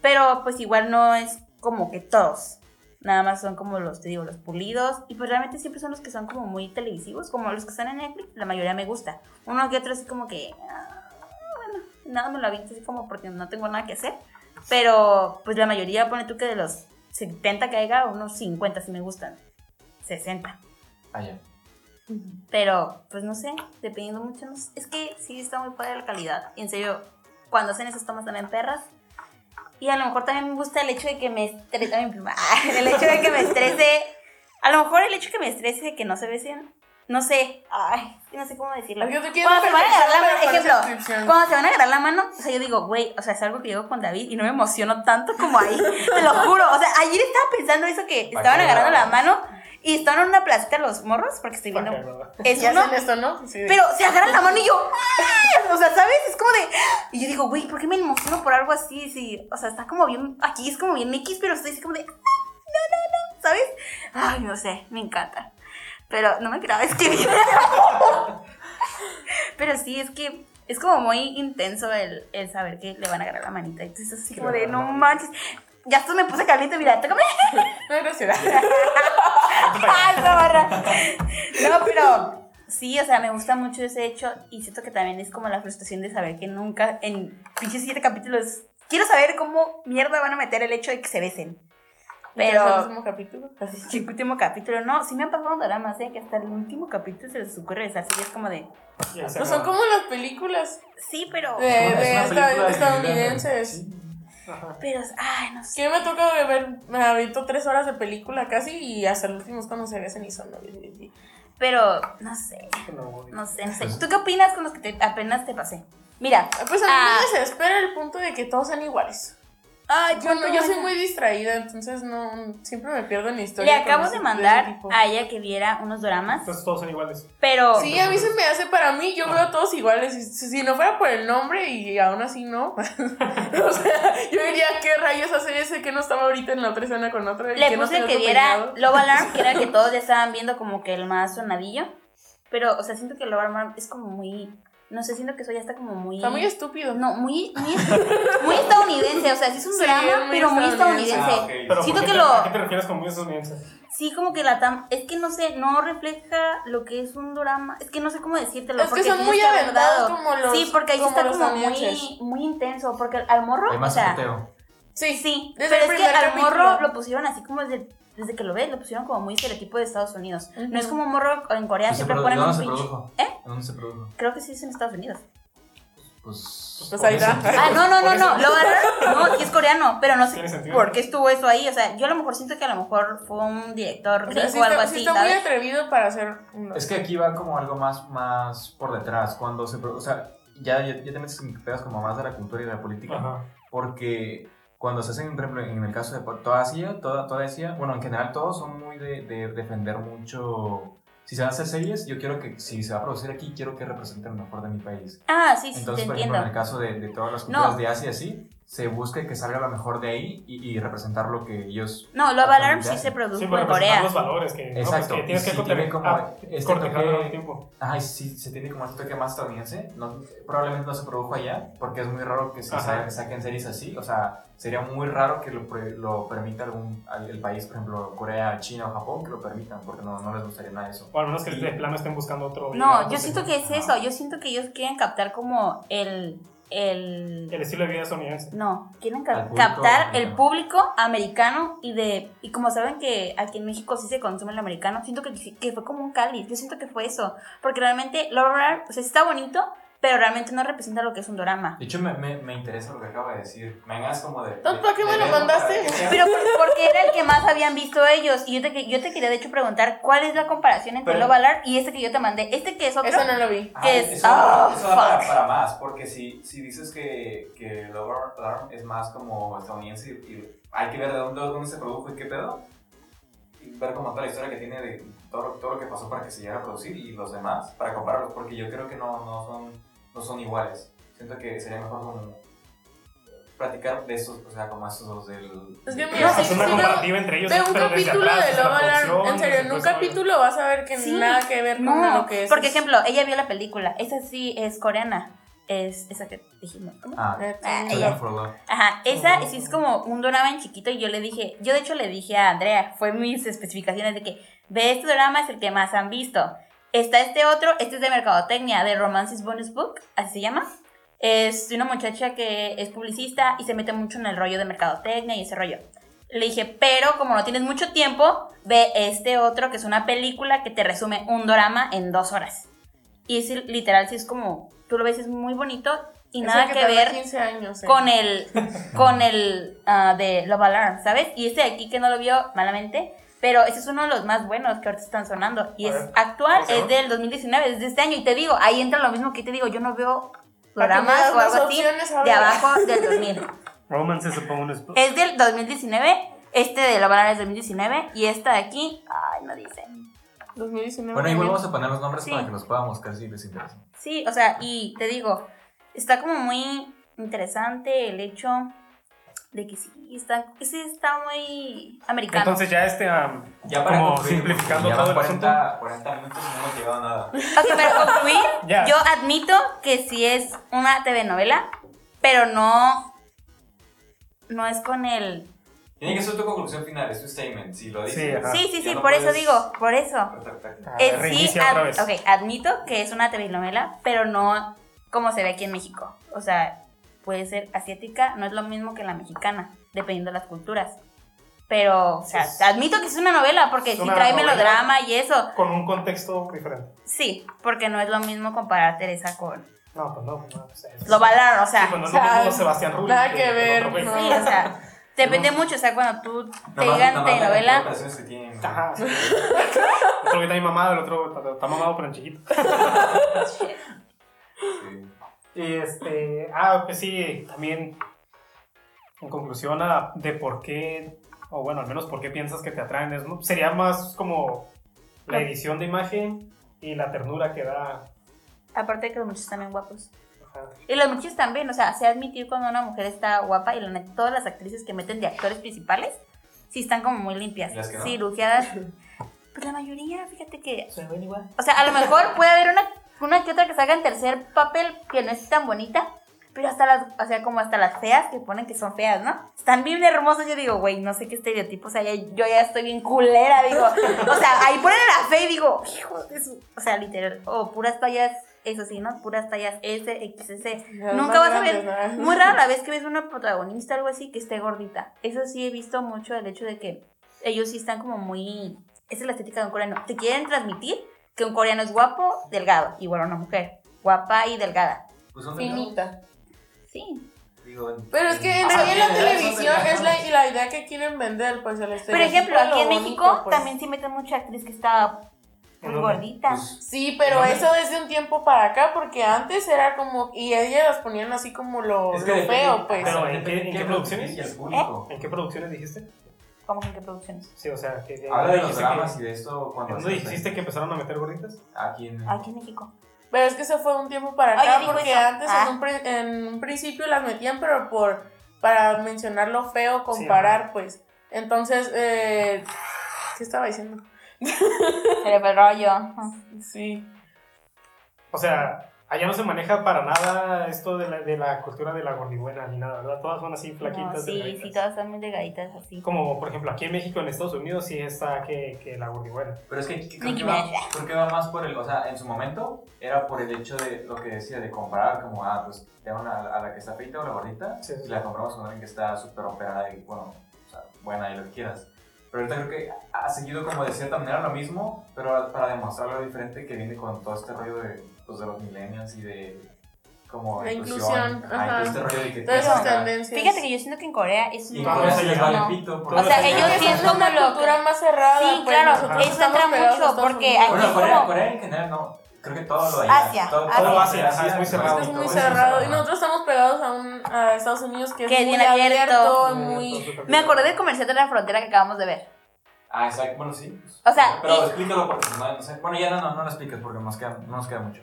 Speaker 1: Pero pues igual no es como que todos. Nada más son como los, te digo, los pulidos. Y pues realmente siempre son los que son como muy televisivos, como los que están en Netflix. La mayoría me gusta. Uno que otro así como que... ah, bueno, nada, me lo aviento así como porque no tengo nada que hacer. Pero pues la mayoría, pone tú que de los 70 que haya, unos 50 si me gustan. 60.
Speaker 5: Allá.
Speaker 1: Pero, pues no sé, dependiendo mucho. no sé. Es que sí está muy padre la calidad. En serio, cuando hacen esas tomas también perras. Y a lo mejor también me gusta el hecho de que me *laughs* estrese. mi prima. El hecho de que me estrese. A lo mejor el hecho de que me estrese de que no se besen. No sé. Ay, no sé cómo decirlo.
Speaker 4: Es que tú quieres
Speaker 1: Cuando se van a agarrar la mano,
Speaker 4: perfección, pero
Speaker 1: ejemplo,
Speaker 4: para descripción.
Speaker 1: cuando se van a agarrar la mano, o sea, yo digo, güey, o sea, es algo que llevo con David y no me emociono tanto como ahí. *laughs* Te lo juro. O sea, ayer estaba pensando eso que estaban agarrando la mano y estaban en una placita los morros porque estoy viendo. Es
Speaker 4: ¿Ya
Speaker 1: uno,
Speaker 4: hacen esto, no? Sí.
Speaker 1: pero se agarran la mano y yo, ¡ah! o sea, ¿sabes? Es como de, ¡ah! y yo digo, güey, ¿por qué me emociono por algo así? Sí, o sea, está como bien, aquí es como bien X, pero estoy así como de, ¡ah! no, no, no, ¿sabes? Ay, no sé, me encanta. Pero no me *laughs* grabes que Pero sí, es que es como muy intenso el, el saber que le van a agarrar la manita. Entonces, así como de, no manches. Ya esto me puse caliente, mira, tócame.
Speaker 4: No, gracias.
Speaker 1: Ay, Ah, esa
Speaker 4: *laughs*
Speaker 1: barra. No, pero sí, o sea, me gusta mucho ese hecho y siento que también es como la frustración de saber que nunca en pinches siete capítulos quiero saber cómo mierda van a meter el hecho de que se besen.
Speaker 4: Ya fue el
Speaker 1: Pero
Speaker 4: último capítulo.
Speaker 1: así que el último capítulo, no, sí me han pasado dramas, ¿eh? que hasta el último capítulo se les ocurre besarse y es como de,
Speaker 4: Pues son como las películas
Speaker 1: sí, pero,
Speaker 4: de, de
Speaker 5: Es una
Speaker 4: esta-
Speaker 5: película de
Speaker 4: estadounidenses.
Speaker 5: Sí.
Speaker 1: pero, ay, no sé.
Speaker 4: Que me toca ver, me avento tres horas de película casi y hasta el último es cuando se besan y son novios. y- y-
Speaker 1: Pero, no sé, no sé, no sé. ¿Tú qué opinas con los que te- apenas te pasé? Mira,
Speaker 4: Pues a mí
Speaker 1: Ah.
Speaker 4: me desespera el punto de que todos sean iguales.
Speaker 1: ay,
Speaker 4: Ah, Yo, no- yo soy
Speaker 1: muy
Speaker 4: muy distraída, entonces no siempre me pierdo en la
Speaker 1: Le
Speaker 4: historia. con
Speaker 1: acabo
Speaker 4: ese-
Speaker 1: de
Speaker 4: ese
Speaker 1: mandar
Speaker 4: tipo.
Speaker 1: a ella que viera unos dramas,
Speaker 2: Entonces todos son iguales.
Speaker 1: pero
Speaker 4: Sí, a mí se me hace para mí,
Speaker 5: Ah.
Speaker 4: yo veo todos iguales. y Si, si no fuera por el nombre y aún así no. *laughs* o sea, yo diría, ¿qué rayos hace ese que no estaba ahorita en la otra escena con otro? y
Speaker 1: le
Speaker 4: que no
Speaker 1: puse
Speaker 4: tenía
Speaker 1: que
Speaker 4: otro
Speaker 1: viera
Speaker 4: peinado?
Speaker 1: Love Alarm, que era el
Speaker 4: *laughs*
Speaker 1: que todos ya estaban viendo como que el más sonadillo. Pero, o sea, siento que Love Alarm es como muy. No sé, siento que eso ya está como muy.
Speaker 4: Está muy estúpido.
Speaker 1: No, muy, muy, muy estadounidense. O sea, sí es un
Speaker 4: Sí, es
Speaker 1: drama,
Speaker 4: muy
Speaker 1: pero muy
Speaker 4: estadounidense.
Speaker 1: estadounidense.
Speaker 5: Ah, ok.
Speaker 2: Pero
Speaker 1: Siento
Speaker 2: ¿por qué
Speaker 1: que
Speaker 2: te-
Speaker 1: lo-
Speaker 2: ¿A qué te refieres con muy estadounidenses?
Speaker 1: Sí, como que la tam. Es que no sé, no refleja lo que es un drama. Es que no sé cómo decírtelo.
Speaker 4: Es que
Speaker 1: porque
Speaker 4: son
Speaker 1: sí
Speaker 4: muy
Speaker 1: está
Speaker 4: aventados
Speaker 1: abordado.
Speaker 4: como los.
Speaker 1: Sí, porque ahí sí
Speaker 4: como
Speaker 1: está
Speaker 4: los
Speaker 1: como muy,
Speaker 4: estadounidenses.
Speaker 1: muy intenso. Porque al morro.
Speaker 5: Hay
Speaker 1: o
Speaker 5: más
Speaker 1: sea,
Speaker 5: puteo.
Speaker 4: Sí,
Speaker 1: Sí,
Speaker 4: Desde
Speaker 1: pero es
Speaker 4: el
Speaker 1: que
Speaker 4: primer
Speaker 1: al
Speaker 4: capítulo.
Speaker 1: morro lo pusieron así como desde, desde que lo ves, lo pusieron como muy estereotipo de Estados Unidos. No es como un morro en Corea,
Speaker 5: Pues se
Speaker 1: siempre
Speaker 5: produ-
Speaker 1: ponen
Speaker 5: ¿Dónde
Speaker 1: un
Speaker 5: se
Speaker 1: pinche.
Speaker 5: produjo?
Speaker 1: ¿Eh?
Speaker 5: ¿Dónde se produjo?
Speaker 1: Creo que sí es en Estados
Speaker 4: *laughs*
Speaker 1: Unidos.
Speaker 5: Pues...
Speaker 4: Pues ahí está.
Speaker 1: Ah, no, no, no,
Speaker 2: Por
Speaker 1: no.
Speaker 2: eso.
Speaker 1: Lo agarraron- No, sí es coreano, pero no sé
Speaker 2: Tiene sentido.
Speaker 1: por qué estuvo eso ahí. O sea, yo a lo mejor siento que a lo mejor fue un director
Speaker 4: O
Speaker 1: gringo
Speaker 4: sea, sí
Speaker 1: o algo
Speaker 4: está, sí
Speaker 1: así,
Speaker 4: está muy
Speaker 1: ¿sabes?
Speaker 4: atrevido para hacer. un-
Speaker 5: Es que aquí va como algo más, más por detrás, cuando se... pro- O sea, ya, ya, ya te metes en pedas como más de la cultura y de la política,
Speaker 2: Ajá.
Speaker 5: porque cuando se hacen, por ejemplo, en el caso de po- toda Asia, toda, toda Asia, bueno, en general todos son muy de, de defender mucho... Si se van a hacer series, yo quiero que, si se va a producir aquí, quiero que represente lo mejor de mi país.
Speaker 1: Ah, sí, sí, te
Speaker 5: Entonces,
Speaker 1: entiendo.
Speaker 5: por ejemplo, en el caso de, de todas las
Speaker 1: No.
Speaker 5: culturas de Asia, sí,
Speaker 6: se busque que salga lo mejor de ahí y, y representar lo que ellos...
Speaker 1: No, Love Alarm sí se
Speaker 4: Pues
Speaker 1: produjo
Speaker 2: Sí,
Speaker 1: en
Speaker 2: para
Speaker 1: Corea.
Speaker 2: presentar los valores que, no, pues,
Speaker 6: Exacto,
Speaker 2: que tienes
Speaker 6: y
Speaker 2: que
Speaker 6: sí
Speaker 2: cortar-
Speaker 6: tiene como
Speaker 2: ah,
Speaker 6: este
Speaker 2: cortejarlo
Speaker 6: toque-
Speaker 2: al tiempo.
Speaker 6: Ajá, y sí, se tiene como este toque más estadounidense. No, probablemente no se produjo allá, porque es muy raro que se
Speaker 2: Ajá.
Speaker 6: sa- saquen series así. O sea, sería muy raro que lo, pre- lo permita algún al- el país, por ejemplo, Corea, China o Japón, que lo permitan, porque no, no les gustaría nada de eso.
Speaker 2: O al menos que de plano estén buscando otro.
Speaker 1: No,
Speaker 2: otro
Speaker 1: yo siento que
Speaker 2: tema.
Speaker 1: es eso. Yo siento que ellos quieren captar como el. el
Speaker 2: El estilo de vida estadounidense.
Speaker 1: no, quieren cap-
Speaker 6: Al público
Speaker 1: captar el
Speaker 6: americano.
Speaker 1: público americano y de y como saben que aquí en México sí se consume el americano, siento que, sí- que fue como un cáliz, yo siento que fue eso, porque realmente Love Alarm, o sea, sí está bonito, pero realmente no representa lo que es un drama.
Speaker 6: De hecho, me, me- me
Speaker 5: Me
Speaker 6: interesa.
Speaker 5: interesa lo que acaba de decir. Me hagas como de.
Speaker 4: Entonces, ¿para qué me lo
Speaker 5: de-
Speaker 4: mandaste?
Speaker 1: Pero por- porque era el que más habían visto ellos. Y yo te, que- yo te quería, de hecho, preguntar cuál es la comparación entre
Speaker 5: Pero-
Speaker 1: Love Alarm y este que yo te mandé. Este que es otro.
Speaker 4: Eso no lo vi.
Speaker 5: Ay,
Speaker 1: es-
Speaker 5: eso da-
Speaker 1: ah,
Speaker 5: eso da para,
Speaker 1: fuck.
Speaker 5: para más, porque si, si dices que, que Love Alarm es más como estadounidense y, y hay que ver de dónde, dónde se produjo y qué pedo, y ver como toda la historia que tiene de todo, lo- todo lo que pasó para que se llegara a producir y los demás, para compararlos, porque yo creo que no, no, son, no son iguales. Siento que sería mejor como platicar de estos, o sea, como estos dos del...
Speaker 4: Es que
Speaker 5: del-
Speaker 4: mira,
Speaker 2: Hacer
Speaker 4: sí,
Speaker 2: una
Speaker 4: sí, pero-
Speaker 2: comparativa entre ellos.
Speaker 4: Ve un
Speaker 2: pero desde
Speaker 4: capítulo
Speaker 2: atrás,
Speaker 4: de
Speaker 2: desde la
Speaker 4: Love Alarm.
Speaker 2: producción,
Speaker 4: En serio, en
Speaker 2: desde
Speaker 4: un
Speaker 2: todo eso.
Speaker 4: capítulo vas a ver que
Speaker 1: Sí.
Speaker 4: nada que ver con
Speaker 1: No,
Speaker 4: lo que es.
Speaker 1: por ejemplo, ella vio la película. Esa sí es coreana. Es esa que dijimos. ¿cómo?
Speaker 6: Ah,
Speaker 4: Eh,
Speaker 1: Ah,
Speaker 6: Children
Speaker 1: ella-
Speaker 6: for Love.
Speaker 1: Ajá, esa sí es como un drama en chiquito. Y yo le dije, yo de hecho le dije a Andrea, fue mis especificaciones de que ve este drama, es el que más han visto. Está este otro, este es de mercadotecnia, de Romances Bonus Book, así se llama. Es de una muchacha que es publicista y se mete mucho en el rollo de mercadotecnia y ese rollo. Le dije, pero como no tienes mucho tiempo, ve este otro que es una película que te resume un drama en dos horas. Y es literal, si es como, tú lo ves, es muy bonito y
Speaker 4: Eso
Speaker 1: nada que,
Speaker 4: tarda
Speaker 1: ver
Speaker 4: 15 años, eh.
Speaker 1: con el con el ah, de Love Alarm, ¿sabes? Y este de aquí que no lo vio malamente, pero ese es uno de los más buenos que ahorita están sonando y
Speaker 2: A
Speaker 1: es
Speaker 2: ver,
Speaker 1: actual,
Speaker 2: ¿cómo se
Speaker 1: es
Speaker 2: llama?
Speaker 1: del 2019, es de este año y te digo, ahí entra lo mismo que te digo, yo no
Speaker 2: Ah,
Speaker 1: veo
Speaker 4: Para que me das
Speaker 1: programas o
Speaker 4: las
Speaker 1: algo así
Speaker 4: opciones
Speaker 1: de
Speaker 4: ahora.
Speaker 1: abajo del 2000.
Speaker 2: Romance is a bonus
Speaker 4: Eh,
Speaker 2: book.
Speaker 1: Es del 2019, este de Love Alarm es 2019 y esta de aquí, ay, no dice.
Speaker 4: 2019.
Speaker 6: Bueno, igual vamos a poner los nombres
Speaker 1: Sí.
Speaker 6: para que los puedan buscar si les interesa.
Speaker 1: Sí, o sea, y te digo, está como muy interesante el hecho de que sí, está, sí está muy americano.
Speaker 2: Entonces ya este, am,
Speaker 5: Ya para
Speaker 2: como
Speaker 5: concluir,
Speaker 2: simplificando
Speaker 6: ya
Speaker 2: todo
Speaker 6: van
Speaker 2: el asunto.
Speaker 5: 40, 40 minutos y no hemos llegado a nada.
Speaker 1: Ok, pero concluir,
Speaker 2: *laughs* Ya.
Speaker 1: yo admito que sí es una TV novela, pero no, no es con el...
Speaker 5: Tiene que ser tu conclusión final, es tu statement, si lo dices.
Speaker 2: Sí, ajá. Ah,
Speaker 1: sí, sí,
Speaker 5: ya
Speaker 1: sí,
Speaker 5: no
Speaker 1: por eso
Speaker 5: puedes-
Speaker 1: digo, por eso.
Speaker 2: A
Speaker 1: Eh,
Speaker 2: ver,
Speaker 1: sí,
Speaker 2: reinicia
Speaker 1: ad-
Speaker 2: otra vez.
Speaker 1: ok, admito que es una TV novela, pero no como se ve aquí en México. O sea, puede ser asiática, no es lo mismo que la mexicana, dependiendo de las culturas. Pero, o sea,
Speaker 2: Es-
Speaker 1: admito que es una novela, porque
Speaker 2: es
Speaker 1: sí
Speaker 2: una
Speaker 1: trae
Speaker 2: novela.
Speaker 1: melodrama y eso.
Speaker 2: Con un contexto diferente.
Speaker 1: Sí, porque no es lo mismo comparar Teresa con...
Speaker 2: No, pues no, no pues, es-
Speaker 1: Lo valoraron, o sea...
Speaker 2: Sí, cuando es
Speaker 4: o
Speaker 2: lo
Speaker 4: sea,
Speaker 2: mismo Sebastián Rulli.
Speaker 4: nada que
Speaker 2: el
Speaker 4: ver,
Speaker 2: otro pues, güey.
Speaker 4: no.
Speaker 1: Sí, o
Speaker 2: *laughs*
Speaker 1: sea, depende mucho, o sea, cuando tú te
Speaker 5: Nomás-
Speaker 1: digan
Speaker 5: nomás la cantidad de
Speaker 1: telenovela,
Speaker 5: operaciones que tienen. ¿no?
Speaker 4: *laughs*
Speaker 2: Ajá. sí. otro que está ahí mamado, el otro está- está mamado pero en chiquito.
Speaker 5: Sí.
Speaker 2: Y este, ah, pues sí, también en conclusión a- de por qué, o bueno, al menos por qué piensas que te atraen, es, ¿no? sería más como la edición de imagen y la ternura que da.
Speaker 1: aparte de que los muchachos están bien guapos.
Speaker 2: Ajá.
Speaker 1: Y los muchachos también, o sea, se ha admitido cuando una mujer está guapa y la neta, todas las actrices que meten de actores principales, sí están como muy limpias,
Speaker 5: ¿Y las que no?
Speaker 1: cirugiadas. Pues la mayoría, fíjate que,
Speaker 2: Se ven igual.
Speaker 1: o sea, a lo mejor puede haber una, una que otra que salga en tercer papel que no es tan bonita. Pero hasta las, o sea, como hasta las feas que ponen que son feas, ¿no? Están bien hermosas, yo digo, güey, no sé qué estereotipo, o sea, ya- yo ya estoy bien culera, digo. O sea, ahí ponen a la fe y digo, hijo de su... O sea, literal, o puras tallas, eso sí, ¿no? Puras tallas S, XS. Nunca vas a ver, Muy rara la vez que ves una protagonista o algo así que esté gordita. Eso sí he visto mucho el hecho de que ellos sí están como muy... Esa es la estética de un coreano. Te quieren transmitir que un coreano es guapo, delgado, igual a una mujer. Guapa y delgada.
Speaker 5: Pues son delgados,
Speaker 4: Finita.
Speaker 1: Sí,
Speaker 5: digo,
Speaker 4: Pero es que en
Speaker 5: Ah,
Speaker 4: también la
Speaker 5: tiene razón,
Speaker 4: televisión
Speaker 5: tiene
Speaker 4: es
Speaker 5: razón.
Speaker 4: la, y la idea que quieren vender, pues el
Speaker 1: Por
Speaker 4: estereotipo
Speaker 1: ejemplo,
Speaker 4: de lo
Speaker 1: aquí en
Speaker 4: bonito,
Speaker 1: México
Speaker 4: pues.
Speaker 1: también sí meten mucha actriz que está muy
Speaker 2: ¿En dónde?
Speaker 1: gordita.
Speaker 5: pues,
Speaker 4: Sí, pero eso es de un tiempo para acá, porque antes era como. Y ellas las ponían así como lo,
Speaker 5: es
Speaker 4: lo
Speaker 5: que
Speaker 4: feo,
Speaker 5: depende-
Speaker 4: pues. ¿Eh?
Speaker 2: Pero, ¿en
Speaker 5: depende
Speaker 2: qué- en
Speaker 5: quién
Speaker 2: qué
Speaker 5: lo
Speaker 2: producciones?
Speaker 5: dirige Y el público.
Speaker 2: ¿En qué producciones dijiste?
Speaker 1: ¿Cómo que en qué producciones?
Speaker 2: Sí, o sea, que,
Speaker 5: Habla de los
Speaker 2: dijiste
Speaker 5: dramas
Speaker 2: que-
Speaker 5: y de esto cuando...
Speaker 2: ¿No dijiste que empezaron a meter gorditas?
Speaker 5: Aquí en...
Speaker 1: Aquí en México.
Speaker 4: Pero es que eso fue un tiempo para
Speaker 1: Oye,
Speaker 4: acá,
Speaker 1: digo
Speaker 4: porque
Speaker 1: eso.
Speaker 4: antes
Speaker 1: Ah.
Speaker 4: en, un pri- en un principio las metían, pero por para mencionar lo feo, comparar, pues. Entonces, eh, ¿qué estaba diciendo?
Speaker 1: Pero fue el rollo.
Speaker 4: Sí.
Speaker 2: O sea, allá no se maneja para nada esto de la, de la cultura de la gordibuena ni nada, ¿verdad? Todas son así flaquitas.
Speaker 1: No, sí,
Speaker 2: delgaditas.
Speaker 1: sí, todas están muy delgaditas así.
Speaker 2: Como por ejemplo aquí en México, en Estados Unidos, sí está que, que la gordibuena.
Speaker 5: Pero es que creo
Speaker 1: Nicki
Speaker 5: que, va,
Speaker 1: Minaj.
Speaker 5: creo que va más por el, o sea, en su momento era por el hecho de lo que decía, de comparar como, ah, pues, le dan a, a la que está feita o la gordita,
Speaker 2: Sí, sí,
Speaker 5: y
Speaker 2: sí.
Speaker 5: la compramos con alguien que está súper operada y, bueno, o sea, buena y lo que quieras. Pero ahorita creo que ha seguido como de cierta manera lo mismo, pero para demostrar lo diferente que viene con todo este rollo de, pues, de los millennials y de, como,
Speaker 4: La inclusión,
Speaker 5: Ajá, y
Speaker 4: ajá.
Speaker 5: todo este rollo de que...
Speaker 4: Todas
Speaker 1: esas
Speaker 4: esas
Speaker 5: ajá.
Speaker 4: tendencias.
Speaker 1: Fíjate que yo siento que en Corea es
Speaker 5: Y
Speaker 1: un
Speaker 2: Vamos,
Speaker 5: por eso
Speaker 2: sí,
Speaker 5: les vale
Speaker 1: no.
Speaker 5: pito.
Speaker 2: O sea, ellos
Speaker 4: Ellos
Speaker 1: sí es
Speaker 4: tienen
Speaker 1: como
Speaker 4: una
Speaker 1: lo-
Speaker 4: cultura más cerrada.
Speaker 1: Sí,
Speaker 4: pues,
Speaker 1: claro,
Speaker 4: nosotros
Speaker 1: eso
Speaker 4: estamos
Speaker 1: entra
Speaker 4: pegados
Speaker 1: mucho,
Speaker 4: a Estados
Speaker 1: porque
Speaker 4: Unidos.
Speaker 1: aquí-
Speaker 5: Bueno,
Speaker 1: es
Speaker 5: Corea,
Speaker 1: como-
Speaker 5: Corea en general no. Creo que todo lo de allá.
Speaker 1: Asia,
Speaker 5: Todo,
Speaker 1: Asia.
Speaker 5: todo
Speaker 2: Asia, sí, es muy cerrado.
Speaker 4: Es muy
Speaker 5: todo
Speaker 4: cerrado. Y nosotros estamos pegados a, un, a Estados Unidos que es
Speaker 1: Que es
Speaker 4: muy
Speaker 1: bien abierto.
Speaker 4: abierto,
Speaker 2: Eh,
Speaker 4: muy...
Speaker 2: todo-
Speaker 1: Me acordé del comercial de la frontera que acabamos de ver.
Speaker 5: Ah, exacto. Bueno, sí.
Speaker 1: O sea,
Speaker 5: Pero
Speaker 1: y-
Speaker 5: explícalo porque no, no sé. Bueno, ya no, no, no lo expliques porque nos queda, no nos queda mucho.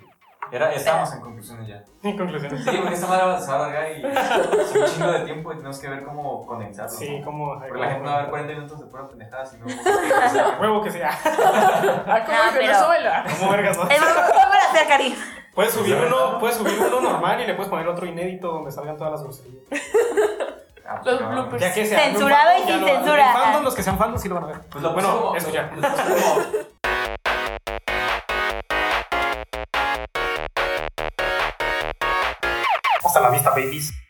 Speaker 5: Era, estábamos en conclusiones ya.
Speaker 2: En conclusión.
Speaker 5: Sí, porque esta madre se va a alargar y es un chingo de tiempo y tenemos que ver cómo condensarlo.
Speaker 2: Sí,
Speaker 5: ¿no?
Speaker 2: como.
Speaker 5: Porque la gente va a ver 40 minutos de pura
Speaker 2: *laughs*
Speaker 5: pendejada, si no. *laughs* Bueno,
Speaker 2: Huevo que sea. *laughs*
Speaker 4: Ah, como
Speaker 1: No,
Speaker 4: que
Speaker 1: pero-
Speaker 4: no suela.
Speaker 2: Como vergas, ¿no?
Speaker 1: Es para hacer cariño.
Speaker 2: Puedes subir uno, puedes subir uno normal y le puedes poner otro inédito donde salgan todas las groserías.
Speaker 5: ah, pues,
Speaker 4: Los
Speaker 5: no,
Speaker 4: bloopers.
Speaker 2: Ya que sea
Speaker 1: Censurado y
Speaker 2: ya
Speaker 1: sin
Speaker 2: lo van a-
Speaker 1: censura.
Speaker 2: Fandom, los que sean fandom sí lo van a ver.
Speaker 5: Pues lo
Speaker 2: Bueno,
Speaker 5: pusimos-
Speaker 2: eso ya.
Speaker 5: lo pusimos-
Speaker 2: Hasta la vista, babies.